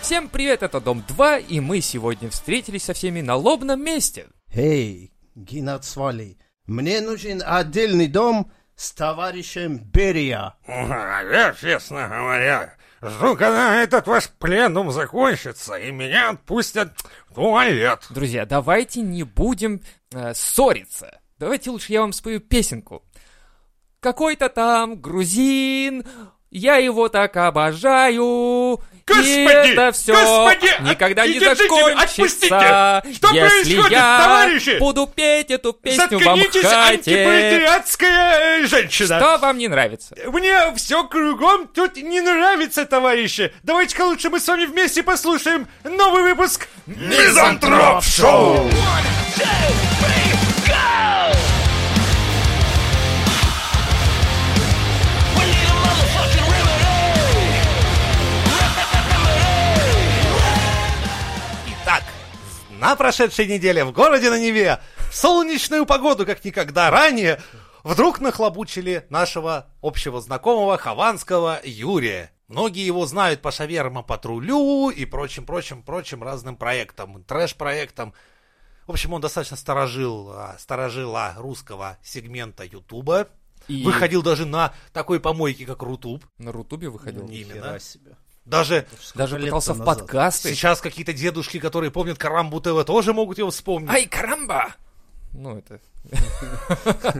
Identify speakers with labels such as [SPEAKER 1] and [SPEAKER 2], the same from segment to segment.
[SPEAKER 1] Всем привет, это Дом 2, и мы сегодня встретились со всеми на лобном месте.
[SPEAKER 2] Эй, Геннадсвали, мне нужен отдельный дом с товарищем Берия.
[SPEAKER 3] Ага, Я, честно говоря, жду, когда этот ваш пленум закончится, и меня отпустят в туалет.
[SPEAKER 1] Друзья, давайте не будем э, ссориться. Давайте лучше я вам спою песенку. Какой-то там грузин, я его так обожаю. и
[SPEAKER 3] Господи!
[SPEAKER 1] это все
[SPEAKER 3] Господи!
[SPEAKER 1] никогда не
[SPEAKER 3] Идите,
[SPEAKER 1] закончится,
[SPEAKER 3] отпустите! Что
[SPEAKER 1] если
[SPEAKER 3] происходит,
[SPEAKER 1] я
[SPEAKER 3] товарищи?
[SPEAKER 1] буду петь эту песню в
[SPEAKER 3] Заткнитесь,
[SPEAKER 1] Амхате.
[SPEAKER 3] антипролетариатская э, женщина!
[SPEAKER 1] Что вам не нравится?
[SPEAKER 3] Мне все кругом тут не нравится, товарищи! Давайте-ка лучше мы с вами вместе послушаем новый выпуск Мизантроп Шоу! Итак, на прошедшей неделе в городе на Неве в солнечную погоду, как никогда ранее, вдруг нахлобучили нашего общего знакомого Хованского Юрия. Многие его знают по шаверма патрулю и прочим, прочим, прочим разным проектам, трэш-проектам. В общем, он достаточно сторожил, а, сторожила русского сегмента Ютуба.
[SPEAKER 1] И
[SPEAKER 3] Выходил даже на такой помойке, как Рутуб.
[SPEAKER 1] на Рутубе выходил.
[SPEAKER 3] Не. Именно.
[SPEAKER 2] Хера Ну, себе.
[SPEAKER 3] Даже
[SPEAKER 1] Даже
[SPEAKER 2] лет-то
[SPEAKER 1] пытался в
[SPEAKER 2] назад?
[SPEAKER 1] подкасты.
[SPEAKER 3] сейчас какие-то дедушки, которые помнят Карамбу ТВ, тоже могут его вспомнить.
[SPEAKER 1] Ай, карамба! Ну, это...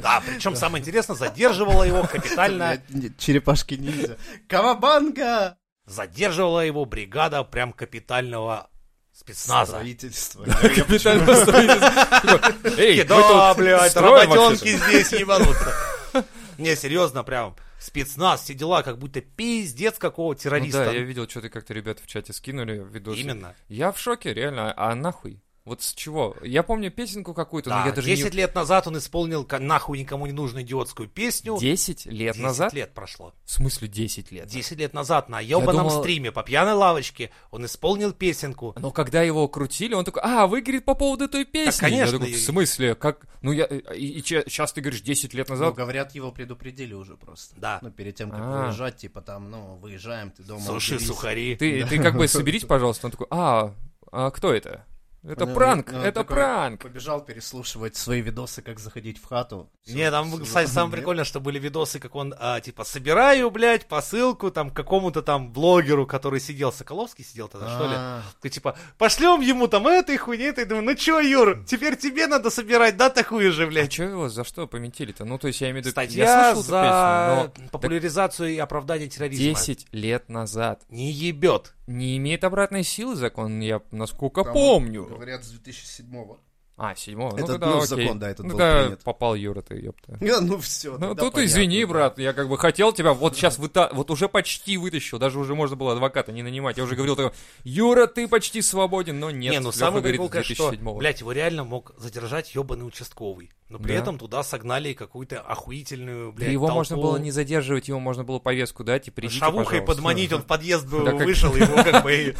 [SPEAKER 3] Да, причем самое интересное, задерживала его капитально,
[SPEAKER 2] Нет, черепашки ниндзя. Кавабанга!
[SPEAKER 3] задерживала его бригада прям капитального спецназа.
[SPEAKER 2] Строительство.
[SPEAKER 1] Капитально строительство. Эй, мы
[SPEAKER 3] Да,
[SPEAKER 1] тут
[SPEAKER 3] блядь,
[SPEAKER 1] строим
[SPEAKER 3] работенки
[SPEAKER 1] вообще-то. Ну
[SPEAKER 3] здесь ебанутся. Не, серьезно, прям спецназ, все дела, как будто пиздец какого
[SPEAKER 1] Ну да, я
[SPEAKER 3] террориста.
[SPEAKER 1] видел, что ты как-то ребята в чате скинули видосы.
[SPEAKER 3] Именно.
[SPEAKER 1] Я в шоке, реально. А нахуй? Вот с чего? Я помню песенку какую-то, но
[SPEAKER 3] Да,
[SPEAKER 1] ну, я даже
[SPEAKER 3] 10
[SPEAKER 1] не...
[SPEAKER 3] лет назад он исполнил ка- нахуй никому не нужную идиотскую песню.
[SPEAKER 1] 10 лет
[SPEAKER 3] 10
[SPEAKER 1] назад?
[SPEAKER 3] лет прошло.
[SPEAKER 1] В смысле 10 лет?
[SPEAKER 3] 10 лет назад на ебаном
[SPEAKER 1] думал-
[SPEAKER 3] стриме по пьяной лавочке он исполнил песенку.
[SPEAKER 1] Но когда его крутили, он такой, а, вы, говорит, по поводу той песни.
[SPEAKER 3] конечно,
[SPEAKER 1] Я такой,
[SPEAKER 3] и-
[SPEAKER 1] в смысле? Как? Ну, я... И сейчас ты говоришь 10 лет
[SPEAKER 2] Ну,
[SPEAKER 1] назад?
[SPEAKER 2] говорят, его предупредили уже просто.
[SPEAKER 3] Да.
[SPEAKER 2] Ну, перед тем, как
[SPEAKER 1] А.
[SPEAKER 2] уезжать, типа там, ну, выезжаем, ты дома.
[SPEAKER 3] Суши,
[SPEAKER 2] уберись.
[SPEAKER 3] сухари.
[SPEAKER 1] Ты, ты как бы соберись, пожалуйста. Он такой, а, а кто это? Это
[SPEAKER 2] Ну,
[SPEAKER 1] пранк,
[SPEAKER 2] ну,
[SPEAKER 1] это
[SPEAKER 2] такой
[SPEAKER 1] пранк.
[SPEAKER 2] Побежал переслушивать свои видосы, как заходить в хату. Всё,
[SPEAKER 3] Не, там,
[SPEAKER 2] всё,
[SPEAKER 3] кстати, самое
[SPEAKER 2] нет.
[SPEAKER 3] прикольное, что были видосы, как он, а, типа, собираю, блядь, посылку там к какому-то там блогеру, который сидел, Соколовский сидел тогда, что ли?
[SPEAKER 2] А.
[SPEAKER 3] Ты, типа, пошлем ему там этой хуйни, этой, думаю, ну чё, Юр, теперь тебе надо собирать, да, такую же,
[SPEAKER 1] А
[SPEAKER 3] блядь?
[SPEAKER 1] чё его за что пометили-то? Ну, то есть я имею в виду, я
[SPEAKER 3] Статья
[SPEAKER 1] слышал
[SPEAKER 3] за
[SPEAKER 1] эту песню, но
[SPEAKER 3] популяризацию и оправдание терроризма.
[SPEAKER 1] 10 лет назад.
[SPEAKER 3] Не ебет.
[SPEAKER 1] Не имеет обратной силы закон, я насколько
[SPEAKER 2] Там,
[SPEAKER 1] помню.
[SPEAKER 2] Говорят, с 2007-го.
[SPEAKER 1] А, седьмого.
[SPEAKER 2] Этот
[SPEAKER 1] ну, тогда,
[SPEAKER 2] был
[SPEAKER 1] окей.
[SPEAKER 2] закон, да, этот
[SPEAKER 1] ну,
[SPEAKER 2] был
[SPEAKER 1] тогда
[SPEAKER 2] принят.
[SPEAKER 1] попал Юра, ты, ёпта.
[SPEAKER 2] Не, Ну, все.
[SPEAKER 1] Ну, тут извини, брат, я как бы хотел тебя, вот сейчас выта... вот уже почти вытащил, даже уже можно было адвоката не нанимать. Я уже говорил, такой, Юра, ты почти свободен, но нет.
[SPEAKER 3] не, ну
[SPEAKER 1] Лёха
[SPEAKER 3] самый
[SPEAKER 1] говорит,
[SPEAKER 3] прикол, конечно, что,
[SPEAKER 1] 2007-го.
[SPEAKER 3] блядь, его реально мог задержать ебаный участковый. Но при
[SPEAKER 1] Да.
[SPEAKER 3] этом туда согнали какую-то охуительную,
[SPEAKER 1] Да
[SPEAKER 3] блядь,
[SPEAKER 1] его можно
[SPEAKER 3] толпу.
[SPEAKER 1] было не задерживать, его можно было повестку дать и прийти.
[SPEAKER 3] Шавухой подманить, он в подъезд бы
[SPEAKER 1] Да как-
[SPEAKER 3] вышел, его как бы и-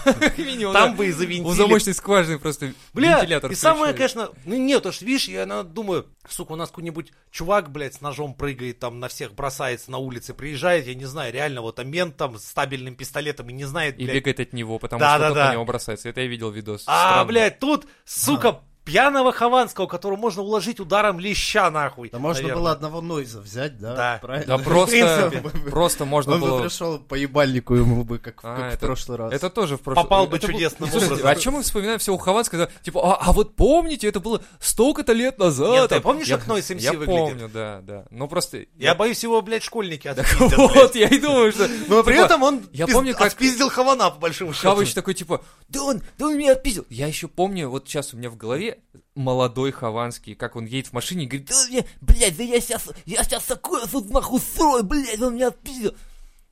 [SPEAKER 3] там бы и
[SPEAKER 1] У
[SPEAKER 3] завинтили.
[SPEAKER 1] замочной скважины просто
[SPEAKER 3] Бля,
[SPEAKER 1] вентилятор
[SPEAKER 3] и самое,
[SPEAKER 1] включили.
[SPEAKER 3] конечно, ну нет, потому что, видишь, я ну, думаю, сука, у нас какой-нибудь чувак, блядь, с ножом прыгает, там, на всех бросается на улице, приезжает, я не знаю, реально, вот, а мент там с стабильным пистолетом и не знает,
[SPEAKER 1] И
[SPEAKER 3] блядь.
[SPEAKER 1] бегает от него, потому
[SPEAKER 3] Да,
[SPEAKER 1] что
[SPEAKER 3] да,
[SPEAKER 1] кто-то
[SPEAKER 3] да.
[SPEAKER 1] на него бросается. Это я видел видос.
[SPEAKER 3] А,
[SPEAKER 1] Странно.
[SPEAKER 3] блядь, тут, сука, пьяного Хованского, которого можно уложить ударом леща, нахуй.
[SPEAKER 2] Да можно
[SPEAKER 3] наверное.
[SPEAKER 2] было одного Нойза взять, да?
[SPEAKER 3] Да.
[SPEAKER 2] Правильно?
[SPEAKER 1] Да просто,
[SPEAKER 2] принципе.
[SPEAKER 1] просто можно
[SPEAKER 2] Он бы
[SPEAKER 1] было...
[SPEAKER 2] пришел по ебальнику ему бы, как,
[SPEAKER 1] А,
[SPEAKER 2] как в
[SPEAKER 1] это-
[SPEAKER 2] прошлый раз.
[SPEAKER 1] Это тоже в прошлом...
[SPEAKER 3] Попал бы
[SPEAKER 1] это был-
[SPEAKER 3] чудесным
[SPEAKER 1] Слушайте,
[SPEAKER 3] образом.
[SPEAKER 1] о чем мы вспоминаем все у Хованского? когда, Типа, а, а вот помните, это было столько-то лет назад.
[SPEAKER 3] Нет, ты
[SPEAKER 1] там.
[SPEAKER 3] помнишь,
[SPEAKER 1] Я-
[SPEAKER 3] как Нойз MC
[SPEAKER 1] Я
[SPEAKER 3] выглядит?
[SPEAKER 1] помню, да, да. Ну просто...
[SPEAKER 3] Я боюсь его, блядь, школьники отпиздят, блядь.
[SPEAKER 1] Вот, я и думаю, что...
[SPEAKER 3] Но Ну, при
[SPEAKER 1] типа,
[SPEAKER 3] этом он
[SPEAKER 1] я
[SPEAKER 3] пизд-
[SPEAKER 1] помню, как-
[SPEAKER 3] отпиздил Хована, по большому счету.
[SPEAKER 1] Хавыч такой, типа, да он, да он меня отпиздил. Я еще помню, вот сейчас у меня в голове молодой Хованский, как он едет в машине и говорит, да он меня, блядь, да я сейчас, я сейчас такое тут нахуй устрою, блядь, он меня отпиздил.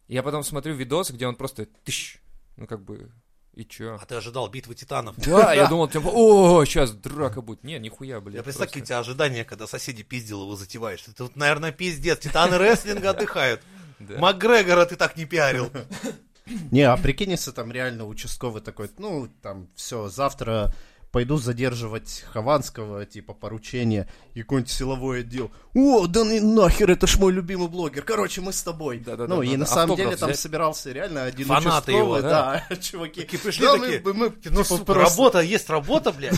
[SPEAKER 1] Я потом смотрю видос, где он просто тыщ, ну как бы, и чё?
[SPEAKER 3] А ты ожидал битвы титанов.
[SPEAKER 1] Да, я думал, типа, о, сейчас драка будет. Не, нихуя, блядь.
[SPEAKER 3] Я представь, какие у
[SPEAKER 1] просто.
[SPEAKER 3] тебя ожидания, когда соседи пиздил его затеваешь. Ты тут, наверное, пиздец. Титаны рестлинга отдыхают.
[SPEAKER 1] Да.
[SPEAKER 3] Макгрегора ты так не пиарил. Типа,
[SPEAKER 2] Не, а прикинь, если там реально участковый такой, ну, там, все, завтра
[SPEAKER 4] пойду задерживать Хованского, типа, поручение и какой-нибудь силовой отдел. О, да ну и нахер, это ж мой любимый блогер. Короче, мы с тобой.
[SPEAKER 1] Да-да-да,
[SPEAKER 4] ну, и
[SPEAKER 1] да-да.
[SPEAKER 4] на самом
[SPEAKER 1] Автограф
[SPEAKER 4] деле там
[SPEAKER 1] взять.
[SPEAKER 4] собирался реально один
[SPEAKER 3] Фанаты его,
[SPEAKER 4] участковый, да, чуваки.
[SPEAKER 3] Такие пришли
[SPEAKER 4] Да,
[SPEAKER 3] такие,
[SPEAKER 4] мы- мы,
[SPEAKER 3] Ну,
[SPEAKER 4] типа,
[SPEAKER 3] сука,
[SPEAKER 4] просто-
[SPEAKER 3] работа, есть работа, блядь.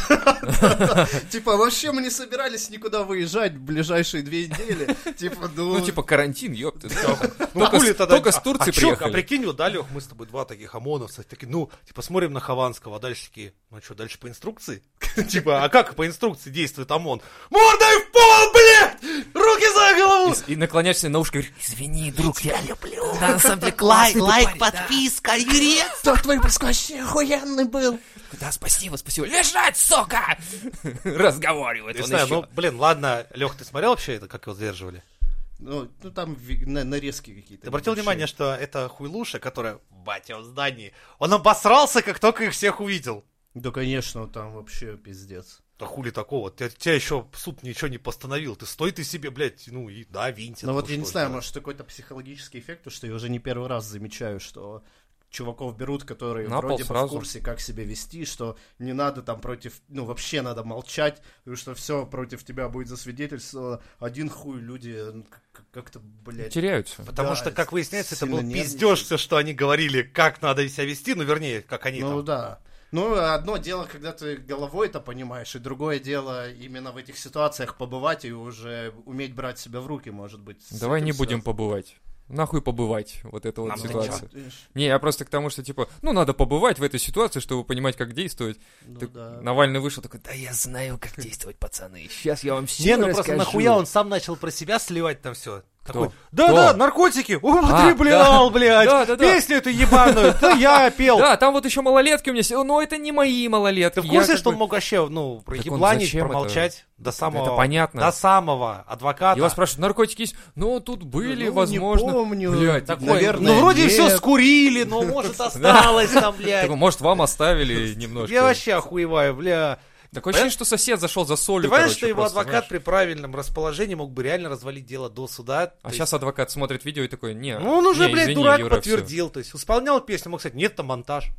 [SPEAKER 4] Типа, вообще мы не собирались никуда выезжать в ближайшие две недели. Типа,
[SPEAKER 1] Ну, типа карантин, ёпты.
[SPEAKER 3] Ну,
[SPEAKER 1] Только
[SPEAKER 3] хули
[SPEAKER 1] с-
[SPEAKER 3] тогда-
[SPEAKER 1] только с
[SPEAKER 3] а-
[SPEAKER 1] Турции
[SPEAKER 3] а чё, А
[SPEAKER 1] приехали.
[SPEAKER 3] прикинь, вот, да, Лёх, мы с тобой два таких ОМОНовца, такие, ну, типа, смотрим на Хованского, а дальше такие, ну что, дальше по инструкции? Типа, а как по инструкции действует ОМОН? Мордой в пол, блядь! Руки за голову!
[SPEAKER 1] И наклоняешься на ушко и говоришь, извини, друг, я люблю. Да, на самом деле
[SPEAKER 5] Лайк,
[SPEAKER 1] классный ты
[SPEAKER 5] лайк,
[SPEAKER 1] парень,
[SPEAKER 5] подписка, Юрец!
[SPEAKER 4] Тот выпуск вообще охуенный был.
[SPEAKER 1] да. Да, спасибо, спасибо. Лежать, сука! Разговаривает
[SPEAKER 3] Не
[SPEAKER 1] он
[SPEAKER 3] знаю,
[SPEAKER 1] ещё.
[SPEAKER 3] ну, блин, ладно, Лех, ты смотрел вообще это, как его задерживали?
[SPEAKER 4] Ну, ну, там ви- на- нарезки какие-то.
[SPEAKER 3] Ты обратил
[SPEAKER 4] небольшие.
[SPEAKER 3] внимание, что это хуйлуша, которая, батя, в здании, он обосрался, как только их всех увидел.
[SPEAKER 4] Да, конечно, там вообще пиздец.
[SPEAKER 3] Да хули такого, тебя, тебя еще суд ничего не постановил, ты стой ты себе, блядь, ну и да, винтит.
[SPEAKER 4] Ну вот
[SPEAKER 3] что
[SPEAKER 4] я не
[SPEAKER 3] ж
[SPEAKER 4] знаю,
[SPEAKER 3] делать.
[SPEAKER 4] может какой-то психологический эффект, потому что я уже не первый раз замечаю, что чуваков берут, которые
[SPEAKER 1] На пол
[SPEAKER 4] вроде бы в
[SPEAKER 1] сразу.
[SPEAKER 4] курсе, как себя вести, что не надо там против, ну вообще надо молчать, потому что все против тебя будет засвидетельствовано. Один хуй люди ну, к- как-то, блядь,
[SPEAKER 1] ну, Теряются.
[SPEAKER 3] Потому
[SPEAKER 4] Да,
[SPEAKER 3] что, как выясняется, это
[SPEAKER 4] сильно
[SPEAKER 3] был
[SPEAKER 4] нервничает.
[SPEAKER 3] пиздеж, все, что они говорили, как надо себя вести, ну, вернее, как они
[SPEAKER 4] Ну
[SPEAKER 3] там.
[SPEAKER 4] да. Ну, одно дело, когда ты головой это понимаешь, и другое дело именно в этих ситуациях побывать и уже уметь брать себя в руки, может быть. с
[SPEAKER 1] Давай
[SPEAKER 4] этим
[SPEAKER 1] не будем
[SPEAKER 4] связано.
[SPEAKER 1] побывать. Нахуй побывать, вот эта вот
[SPEAKER 3] Нам
[SPEAKER 1] ситуация.
[SPEAKER 4] Ну,
[SPEAKER 1] Не, я просто к тому, что типа, ну надо побывать в этой ситуации, чтобы понимать, как действовать.
[SPEAKER 4] ну
[SPEAKER 1] Ты-
[SPEAKER 4] да.
[SPEAKER 1] Навальный вышел такой, да я знаю, как действовать, пацаны. Сейчас я вам все
[SPEAKER 3] Не, ну
[SPEAKER 1] расскажу.
[SPEAKER 3] просто нахуя он сам начал про себя сливать там все. Такой,
[SPEAKER 1] Кто?
[SPEAKER 3] да-да, наркотики,
[SPEAKER 4] А,
[SPEAKER 3] употреблял, блядь,
[SPEAKER 1] Да-да-да.
[SPEAKER 3] песню эту ебаную, да я пел.
[SPEAKER 1] Да, там вот еще малолетки у меня сидят, но это не мои малолетки.
[SPEAKER 3] Ты в
[SPEAKER 1] я
[SPEAKER 3] курсе,
[SPEAKER 1] как
[SPEAKER 3] что
[SPEAKER 1] бы-
[SPEAKER 3] он мог вообще, ну, проебланить,
[SPEAKER 1] зачем это?
[SPEAKER 3] промолчать до самого...
[SPEAKER 1] понятно.
[SPEAKER 3] До самого адвоката.
[SPEAKER 1] Его спрашивают, наркотики есть? Ну, тут были,
[SPEAKER 4] Ну,
[SPEAKER 1] возможно.
[SPEAKER 4] Не помню.
[SPEAKER 1] Блядь,
[SPEAKER 3] Такой,
[SPEAKER 4] наверное,
[SPEAKER 3] ну, вроде все
[SPEAKER 4] нет.
[SPEAKER 3] скурили, но, может, осталось там, блядь.
[SPEAKER 1] Такой, может, вам оставили немножко.
[SPEAKER 3] Я вообще охуеваю, бля.
[SPEAKER 1] Такое ощущение, что сосед зашел за солью,
[SPEAKER 3] Ты понимаешь,
[SPEAKER 1] короче,
[SPEAKER 3] что его
[SPEAKER 1] просто,
[SPEAKER 3] адвокат
[SPEAKER 1] знаешь.
[SPEAKER 3] при правильном расположении мог бы реально развалить дело до суда. то
[SPEAKER 1] А
[SPEAKER 3] есть-
[SPEAKER 1] сейчас адвокат смотрит видео и такой, не,
[SPEAKER 3] Ну, он уже,
[SPEAKER 1] не,
[SPEAKER 3] блядь,
[SPEAKER 1] извини,
[SPEAKER 3] дурак
[SPEAKER 1] Юра,
[SPEAKER 3] подтвердил. То есть, исполнял песню, мог сказать, нет, это монтаж.
[SPEAKER 1] всё».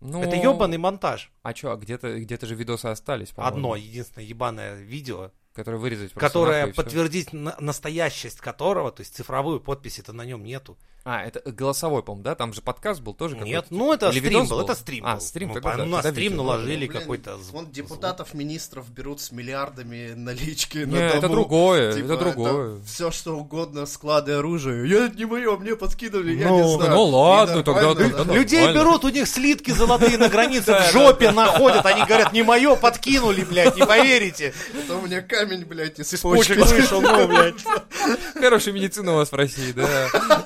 [SPEAKER 1] Ну,
[SPEAKER 3] Это ебаный монтаж.
[SPEAKER 1] А что, а где-то где же видосы остались, по-моему?
[SPEAKER 3] Одно, единственное ебаное видео,
[SPEAKER 1] Которое вырезать просто
[SPEAKER 3] которое
[SPEAKER 1] нахуй и всё.
[SPEAKER 3] подтвердить на- настоящесть которого, то есть цифровую подпись-то на нем нету.
[SPEAKER 1] А, это голосовой, по-моему, да? Там же подкаст был тоже
[SPEAKER 3] Нет,
[SPEAKER 1] какой-то.
[SPEAKER 3] ну это
[SPEAKER 1] Или
[SPEAKER 3] стрим
[SPEAKER 1] видос
[SPEAKER 3] был,
[SPEAKER 1] был?
[SPEAKER 3] это стрим
[SPEAKER 1] А,
[SPEAKER 3] был.
[SPEAKER 1] стрим,
[SPEAKER 3] Ну,
[SPEAKER 1] тогда да,
[SPEAKER 3] на
[SPEAKER 1] тогда
[SPEAKER 3] стрим
[SPEAKER 1] видео.
[SPEAKER 3] наложили
[SPEAKER 4] Блин,
[SPEAKER 3] какой-то зв-
[SPEAKER 4] Вон
[SPEAKER 3] звук.
[SPEAKER 4] депутатов, министров берут с миллиардами налички
[SPEAKER 1] Не,
[SPEAKER 4] на
[SPEAKER 1] это
[SPEAKER 4] дому.
[SPEAKER 1] другое,
[SPEAKER 4] Типа,
[SPEAKER 1] это другое.
[SPEAKER 4] все что угодно, склады оружия. Я это не мое, мне подкидывали, я
[SPEAKER 3] Ну,
[SPEAKER 4] не знаю.
[SPEAKER 1] ну
[SPEAKER 4] И
[SPEAKER 1] ладно, тогда-
[SPEAKER 4] нормально, да.
[SPEAKER 1] да,
[SPEAKER 3] Людей
[SPEAKER 1] нормально.
[SPEAKER 3] берут, у них слитки золотые на границе в жопе находят. Они говорят, не мое, подкинули, блядь, не поверите.
[SPEAKER 4] Это а у меня камень, блядь, из
[SPEAKER 3] Из
[SPEAKER 4] почки.
[SPEAKER 3] почек вышел, ну, блядь.
[SPEAKER 1] Хорошая медицина у вас в России, да.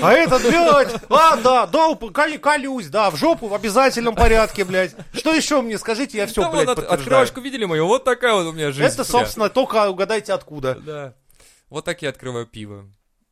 [SPEAKER 3] А этот, блядь, а, да, да, уп- кол- колюсь, да, в жопу в обязательном порядке, блядь. Что еще мне скажите, я все,
[SPEAKER 1] Да,
[SPEAKER 3] блядь,
[SPEAKER 1] вон от-
[SPEAKER 3] подтверждаю.
[SPEAKER 1] Открывашку видели мою? Вот такая вот у меня жизнь.
[SPEAKER 3] Это,
[SPEAKER 1] бля.
[SPEAKER 3] собственно, только угадайте откуда.
[SPEAKER 1] Да. Вот так я открываю пиво.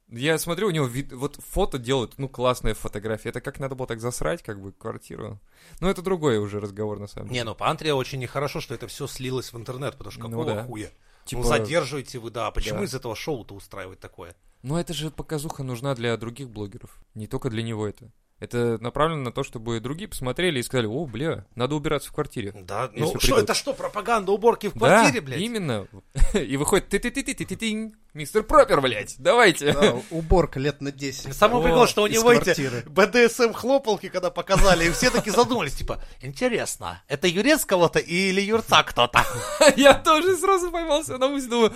[SPEAKER 1] Я смотрю, у него вид- вот фото делают, ну, классные фотографии. Это как надо было так засрать, как бы, квартиру. Ну, это другой уже разговор, на самом деле.
[SPEAKER 3] Не, ну, по Андрею очень нехорошо, что это все слилось в интернет, потому что
[SPEAKER 1] Ну
[SPEAKER 3] какого
[SPEAKER 1] да.
[SPEAKER 3] хуя?
[SPEAKER 1] Типа-
[SPEAKER 3] Ну, задерживаете вы, да. Почему
[SPEAKER 1] Да.
[SPEAKER 3] из этого шоу-то устраивать такое?
[SPEAKER 1] Но это же показуха нужна для других блогеров. Не только для него это. Это направлено на то, чтобы другие посмотрели и сказали, о, бля, надо убираться в квартире.
[SPEAKER 3] Да,
[SPEAKER 1] Если
[SPEAKER 3] ну, что,
[SPEAKER 1] придут.
[SPEAKER 3] это что, пропаганда уборки в
[SPEAKER 1] Да,
[SPEAKER 3] квартире, блядь?
[SPEAKER 1] именно. И выходит ты ты ты ты ты ты мистер Пропер, блядь, давайте.
[SPEAKER 4] Да, уборка лет на 10.
[SPEAKER 3] Самое
[SPEAKER 1] О,
[SPEAKER 3] прикольное, что у
[SPEAKER 4] из
[SPEAKER 3] него эти
[SPEAKER 4] квартиры.
[SPEAKER 3] БДСМ-хлопалки, когда показали, и все таки задумались, типа, интересно, это юрец кого-то или юрца кто-то?
[SPEAKER 1] Я тоже сразу поймался на мысли, думаю,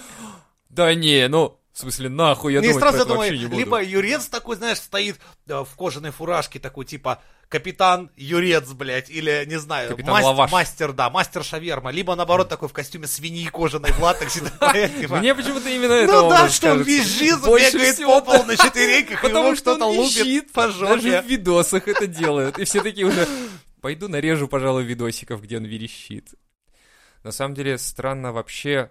[SPEAKER 1] да не, ну, в смысле, нахуй, я
[SPEAKER 3] Не
[SPEAKER 1] думать про
[SPEAKER 3] сразу
[SPEAKER 1] это
[SPEAKER 3] задумай,
[SPEAKER 1] вообще не буду.
[SPEAKER 3] либо юрец такой, знаешь, стоит э, в кожаной фуражке, такой, типа, капитан юрец, блядь, или, не знаю,
[SPEAKER 1] Капитан
[SPEAKER 3] мас-
[SPEAKER 1] Лаваш.
[SPEAKER 3] мастер, да, мастер шаверма, либо, наоборот, такой в костюме свиньи кожаной в латексе, такой, типа,
[SPEAKER 1] Мне почему-то именно это
[SPEAKER 3] Ну да,
[SPEAKER 1] образ
[SPEAKER 3] что он
[SPEAKER 1] кажется.
[SPEAKER 3] визжит,
[SPEAKER 1] Больше
[SPEAKER 3] бегает
[SPEAKER 1] всего,
[SPEAKER 3] по полу на четвереньках, и его
[SPEAKER 1] Потому что
[SPEAKER 3] кто-то
[SPEAKER 1] он
[SPEAKER 3] лупит
[SPEAKER 1] визжит,
[SPEAKER 3] по
[SPEAKER 1] даже
[SPEAKER 3] жопе.
[SPEAKER 1] в видосах это делают. И все такие уже, пойду нарежу, пожалуй, видосиков, где он верещит. На самом деле, странно вообще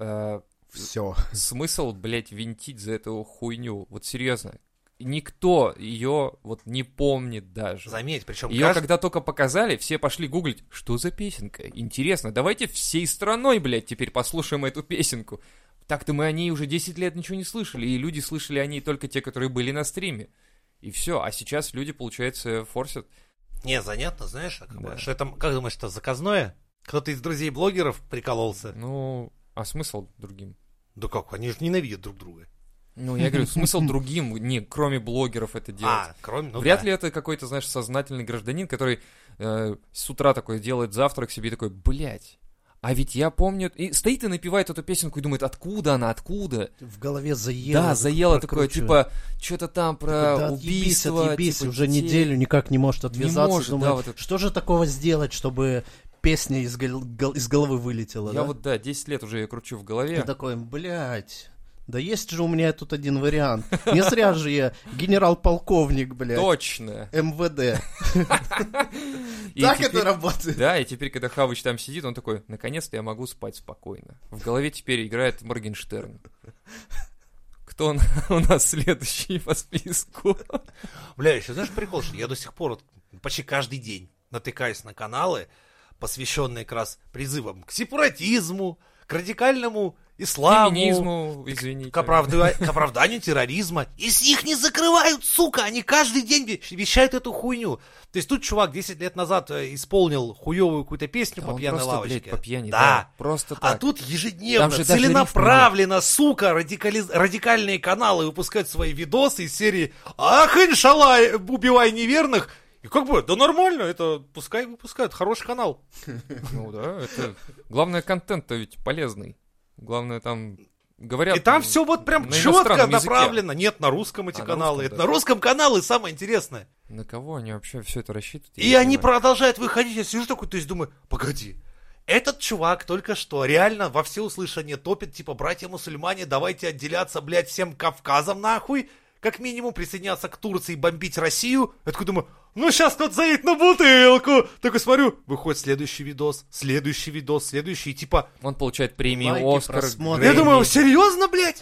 [SPEAKER 1] э,
[SPEAKER 4] Все.
[SPEAKER 1] смысл, блядь, винтить за эту хуйню. Вот серьезно. Никто ее вот не помнит даже.
[SPEAKER 3] Заметь, причем
[SPEAKER 1] Ее когда только показали, все пошли гуглить, что за песенка. Интересно, давайте всей страной, блядь, теперь послушаем эту песенку. Так-то мы о ней уже 10 лет ничего не слышали, и люди слышали о ней только те, которые были на стриме. И все, а сейчас люди, получается, форсят.
[SPEAKER 3] Не, занятно, знаешь, а как
[SPEAKER 1] Да.
[SPEAKER 3] бы, что это, как думаешь, это заказное? Кто-то из друзей блогеров прикололся?
[SPEAKER 1] Ну, а смысл другим?
[SPEAKER 3] Да как, они же ненавидят друг друга.
[SPEAKER 1] Ну, я говорю, смысл другим, не, кроме блогеров это делать.
[SPEAKER 3] А, кроме, ну
[SPEAKER 1] Вряд
[SPEAKER 3] да.
[SPEAKER 1] ли это какой-то, знаешь, сознательный гражданин, который э, с утра такой делает завтрак себе и такой, блядь, а ведь я помню... И стоит и напевает эту песенку и думает, откуда она, откуда?
[SPEAKER 4] В голове заело.
[SPEAKER 1] да,
[SPEAKER 4] так
[SPEAKER 1] заело такое,
[SPEAKER 4] прокручивает.
[SPEAKER 1] типа, что-то там про
[SPEAKER 4] Типа, Да, отъебись,
[SPEAKER 1] убийство.
[SPEAKER 4] отъебись,
[SPEAKER 1] типа,
[SPEAKER 4] уже
[SPEAKER 1] детей.
[SPEAKER 4] неделю никак не может отвязаться.
[SPEAKER 1] может,
[SPEAKER 4] Думаю,
[SPEAKER 1] да, вот это.
[SPEAKER 4] Что же такого сделать, чтобы песня из, гол- гол- из головы вылетела?
[SPEAKER 1] Я
[SPEAKER 4] да?
[SPEAKER 1] вот, да, 10 лет уже ее кручу в
[SPEAKER 4] Я
[SPEAKER 1] голове.
[SPEAKER 4] такой, блядь, да есть же у меня тут один вариант. Не зря же я генерал-полковник, блядь,
[SPEAKER 1] Точно.
[SPEAKER 4] МВД.
[SPEAKER 1] И
[SPEAKER 4] Так
[SPEAKER 1] теперь-
[SPEAKER 4] это работает.
[SPEAKER 1] Да, и теперь, когда Хавыч там сидит, он такой, наконец-то я могу спать спокойно. В голове теперь играет Моргенштерн. Кто он- у нас следующий по списку?
[SPEAKER 3] Бля, еще знаешь прикол, что я до сих пор вот почти каждый день натыкаюсь на каналы, посвященные как раз призывам к сепаратизму, к радикальному исламу,
[SPEAKER 1] Феминизму, извините.
[SPEAKER 3] к, оправда- к оправданию терроризма. И с них не закрывают, сука! Они каждый день ве- вещают эту хуйню. То есть тут чувак 10 лет назад э, исполнил хуевую какую-то песню
[SPEAKER 1] Да
[SPEAKER 3] по
[SPEAKER 1] он
[SPEAKER 3] пьяной
[SPEAKER 1] просто,
[SPEAKER 3] лавочке.
[SPEAKER 1] блядь, по пьяни, да.
[SPEAKER 3] да.
[SPEAKER 1] Просто
[SPEAKER 3] А
[SPEAKER 1] так.
[SPEAKER 3] тут ежедневно,
[SPEAKER 1] Там же даже
[SPEAKER 3] целенаправленно, сука, радикали- радикальные каналы выпускают свои видосы из серии «Ах, иншалла, убивай неверных!» И как бы, да нормально, это пускай выпускают, хороший канал.
[SPEAKER 1] Ну да, это... Главное, контент-то ведь полезный. Главное, там говорят... ну,
[SPEAKER 3] И там все вот прям
[SPEAKER 1] на
[SPEAKER 3] четко
[SPEAKER 1] иностранном языке.
[SPEAKER 3] направлено. Нет, на русском эти
[SPEAKER 1] А, на
[SPEAKER 3] каналы.
[SPEAKER 1] русском,
[SPEAKER 3] это
[SPEAKER 1] да.
[SPEAKER 3] на русском каналы самое интересное.
[SPEAKER 1] На кого они вообще все это рассчитывают?
[SPEAKER 3] И
[SPEAKER 1] Я не
[SPEAKER 3] они
[SPEAKER 1] понимаю.
[SPEAKER 3] продолжают выходить. Я сижу такой, то есть думаю, погоди, этот чувак только что реально во всеуслышание топит, типа, братья-мусульмане, давайте отделяться, блядь, всем Кавказом нахуй, как минимум присоединяться к Турции и бомбить Россию. Я такой думаю, ну сейчас кто-то заедет на бутылку. Такой смотрю, выходит следующий видос, следующий видос, следующий, и типа,
[SPEAKER 1] Он получает премию
[SPEAKER 4] Лайки,
[SPEAKER 1] Оскар.
[SPEAKER 4] просмотры.
[SPEAKER 1] Грэмми.
[SPEAKER 3] я думаю, серьезно, блядь?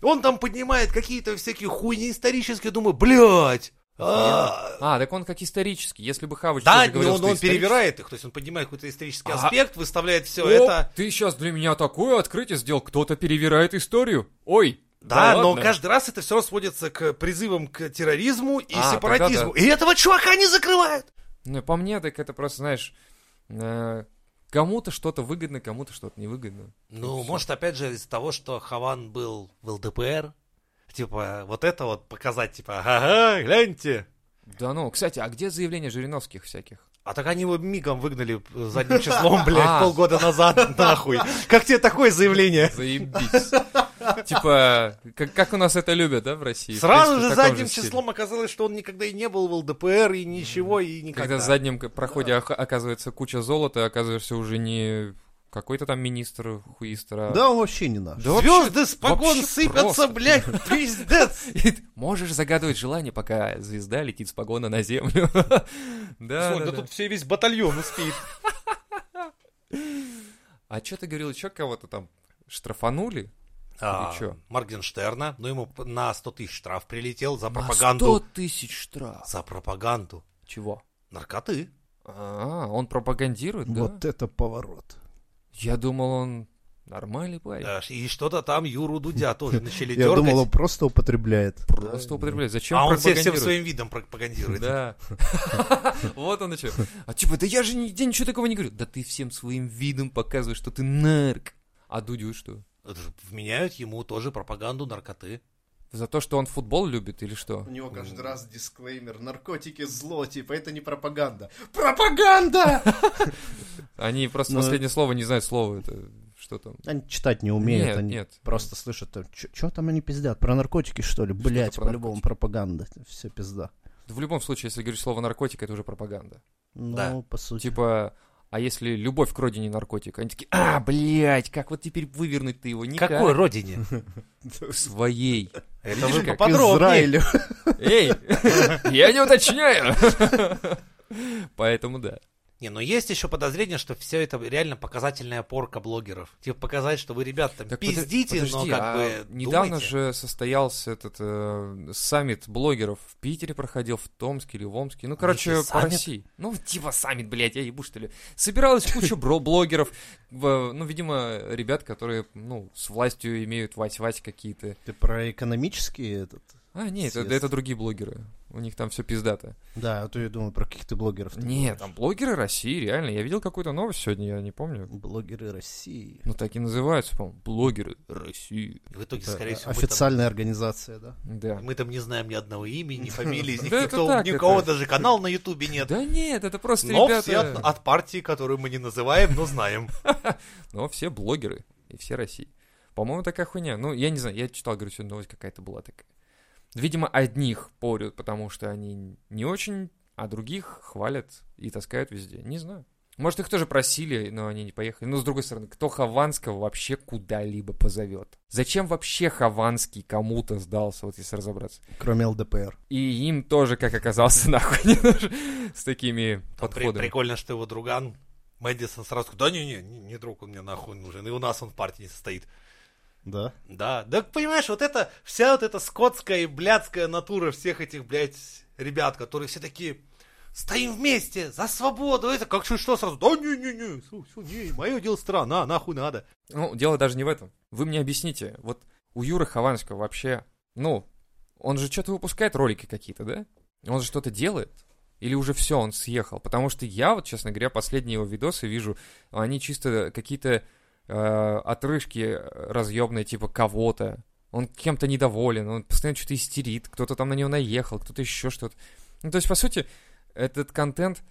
[SPEAKER 3] Он там поднимает какие-то всякие хуйни исторические, думаю, блядь. а,
[SPEAKER 1] А, так он как исторический. Если бы Хавыч
[SPEAKER 3] да,
[SPEAKER 1] тоже говорил,
[SPEAKER 3] но он,
[SPEAKER 1] что
[SPEAKER 3] он
[SPEAKER 1] исторический.
[SPEAKER 3] перевирает их, то есть он поднимает какой-то исторический
[SPEAKER 1] А.
[SPEAKER 3] аспект, выставляет все
[SPEAKER 1] Оп,
[SPEAKER 3] это.
[SPEAKER 1] ты сейчас для меня такое открытие сделал. Кто-то перевирает историю. Ой.
[SPEAKER 3] Да, но
[SPEAKER 1] ладно.
[SPEAKER 3] каждый раз это все равно сводится к призывам к терроризму и
[SPEAKER 1] А,
[SPEAKER 3] сепаратизму.
[SPEAKER 1] тогда
[SPEAKER 3] И этого чувака не закрывают.
[SPEAKER 1] Ну, по мне, так это просто, знаешь, э, кому-то что-то выгодно, кому-то что-то невыгодно.
[SPEAKER 3] Ну,
[SPEAKER 1] Всё.
[SPEAKER 3] может, опять же, из-за того, что Хаван был в ЛДПР, типа, вот это вот показать, типа, ага, гляньте.
[SPEAKER 1] Да ну, кстати, а где заявления Жириновских всяких?
[SPEAKER 3] А так они его мигом выгнали э, задним числом, блядь,
[SPEAKER 1] А.
[SPEAKER 3] полгода назад, нахуй. Как тебе такое заявление?
[SPEAKER 1] Заебись. Типа, как, как у нас это любят, да, в России? В
[SPEAKER 3] Сразу
[SPEAKER 1] принципе, в
[SPEAKER 3] же
[SPEAKER 1] таком
[SPEAKER 3] задним
[SPEAKER 1] стиле.
[SPEAKER 3] числом оказалось, что он никогда и не был в ЛДПР, и ничего, и никогда.
[SPEAKER 1] Когда в заднем к- проходе ох- оказывается куча золота, оказываешься уже не какой-то там министр, хуистр, а...
[SPEAKER 4] Да, он вообще не наш.
[SPEAKER 1] Да вообще-
[SPEAKER 3] Звезды с погон
[SPEAKER 1] вообще
[SPEAKER 3] сыпятся,
[SPEAKER 1] просто.
[SPEAKER 3] блядь, пиздец.
[SPEAKER 1] И ты Можешь загадывать желание, пока звезда летит с погона на землю. Да, да,
[SPEAKER 3] Слушай, Да
[SPEAKER 1] да.
[SPEAKER 3] тут все весь батальон успеет.
[SPEAKER 1] А что ты говорил, еще кого-то там штрафанули?
[SPEAKER 3] А,
[SPEAKER 1] Ты чё?
[SPEAKER 3] Моргенштерна, ну ему п- на 100 тысяч штраф прилетел за
[SPEAKER 1] На 100
[SPEAKER 3] пропаганду.
[SPEAKER 1] тысяч штраф.
[SPEAKER 3] За пропаганду.
[SPEAKER 1] Чего?
[SPEAKER 3] Наркоты.
[SPEAKER 1] А, он пропагандирует, да?
[SPEAKER 4] Вот это поворот.
[SPEAKER 1] Я думал, он нормальный парень.
[SPEAKER 3] Да, Э, И что-то там Юру Дудя тоже начали
[SPEAKER 4] Я думал, он
[SPEAKER 3] дергать.
[SPEAKER 4] просто употребляет.
[SPEAKER 1] Просто употребляет. Зачем
[SPEAKER 3] А он всем всем
[SPEAKER 1] пропагандирует?
[SPEAKER 3] своим видом пропагандирует.
[SPEAKER 1] Да. Вот он и чё. А типа, да я же нигде ничего такого не говорю. Да ты всем своим видом показываешь, что ты нарк. А Дудю что?
[SPEAKER 3] Это же Вменяют ему тоже пропаганду наркоты.
[SPEAKER 1] За то, что он футбол любит или что?
[SPEAKER 2] У него каждый раз дисклеймер. Наркотики зло, типа, это не пропаганда. Пропаганда!
[SPEAKER 1] Они просто
[SPEAKER 4] Ну,
[SPEAKER 1] последнее слово не знают слова. Это что там?
[SPEAKER 4] Они читать не умеют,
[SPEAKER 1] Нет,
[SPEAKER 4] они
[SPEAKER 1] нет.
[SPEAKER 4] просто слышат, что там они пиздят, про наркотики, что ли? Блять,
[SPEAKER 1] про
[SPEAKER 4] по-любому пропаганда, все пизда.
[SPEAKER 1] Да В любом случае, если говоришь слово наркотик, это уже пропаганда.
[SPEAKER 4] Ну,
[SPEAKER 3] Да.
[SPEAKER 4] по сути.
[SPEAKER 1] Типа, а если любовь к родине наркотик? Они такие, а, блядь, как вот теперь вывернуть ты его? Никак.
[SPEAKER 3] Какой родине? ну,
[SPEAKER 1] К Своей.
[SPEAKER 3] Это
[SPEAKER 1] Видишь,
[SPEAKER 3] вы
[SPEAKER 1] как
[SPEAKER 4] К
[SPEAKER 3] поподробнее.
[SPEAKER 4] Израилю.
[SPEAKER 1] Эй, я не уточняю. Поэтому да.
[SPEAKER 3] Не, но есть еще подозрение, что все это реально показательная порка блогеров. Типа показать, что вы, ребят, там
[SPEAKER 1] Так подо-
[SPEAKER 3] пиздите,
[SPEAKER 1] подожди,
[SPEAKER 3] но как
[SPEAKER 1] а
[SPEAKER 3] бы
[SPEAKER 1] недавно
[SPEAKER 3] думайте.
[SPEAKER 1] же состоялся этот э, саммит блогеров в Питере проходил, в Томске или в Омске, ну, короче,
[SPEAKER 3] Ничего,
[SPEAKER 1] по
[SPEAKER 3] саммит?
[SPEAKER 1] России. Ну, типа саммит, блядь, я ебу, что ли. Собиралась куча бро-блогеров, в- ну, видимо, ребят, которые, ну, с властью имеют вась-вась какие-то.
[SPEAKER 4] Ты про экономический этот?
[SPEAKER 1] А, нет, это,
[SPEAKER 2] Съезд.
[SPEAKER 1] это другие блогеры. У них там все пиздато.
[SPEAKER 4] Да, а то я думаю про каких-то блогеров. ты
[SPEAKER 1] Нет, там блогеры России, реально. Я видел какую-то новость сегодня, я не помню.
[SPEAKER 4] Блогеры России.
[SPEAKER 1] Ну, так и называются, по-моему. Блогеры России.
[SPEAKER 3] И в итоге,
[SPEAKER 4] Это
[SPEAKER 3] скорее всего, мы там,
[SPEAKER 4] официальная организация, да?
[SPEAKER 1] Да.
[SPEAKER 3] мы там не знаем ни одного имени, ни фамилии, ни
[SPEAKER 1] Да это
[SPEAKER 3] никто-
[SPEAKER 1] так,
[SPEAKER 3] никого
[SPEAKER 1] это-
[SPEAKER 3] даже канал на Ютубе нет.
[SPEAKER 1] Да нет, это просто
[SPEAKER 3] Но
[SPEAKER 1] ребята...
[SPEAKER 3] все от, от партии, которую мы не называем, но знаем.
[SPEAKER 1] Но все блогеры и все России. По-моему, такая хуйня. Ну, я не знаю, я читал, говорю, сегодня новость какая-то была такая. Видимо, одних порют, потому что они не очень, а других хвалят и таскают везде. Не знаю. Может, их тоже просили, но они не поехали. Но, с другой стороны, кто Хованского вообще куда-либо позовет? Зачем вообще Хованский кому-то сдался, вот если разобраться?
[SPEAKER 4] Кроме ЛДПР.
[SPEAKER 1] И им тоже, как оказалось, нахуй не нужен с такими
[SPEAKER 3] Там при-
[SPEAKER 1] подходами.
[SPEAKER 3] прикольно, что его друган Мэдисон сразу сказал, да не-не, не не друг он мне нахуй нужен, и у нас он в партии не состоит.
[SPEAKER 4] Да.
[SPEAKER 3] Да, да понимаешь, вот это, вся вот эта скотская и блядская натура всех этих, блядь, ребят, которые все такие, стоим вместе, за свободу, это как чуть что сразу, да не-не-не, всё- всё, не, мое дело страна, нахуй надо.
[SPEAKER 1] Ну, дело даже не в этом. Вы мне объясните, вот у Юры Хованского вообще, ну, он же что-то выпускает ролики какие-то, да? Он же что-то делает? Или уже все, он съехал? Потому что я, вот, честно говоря, последние его видосы вижу, они чисто какие-то э, отрыжки разъемные, типа кого-то. Он кем-то недоволен, он постоянно что-то истерит, кто-то там на него наехал, кто-то еще что-то. Ну, то есть, по сути, этот контент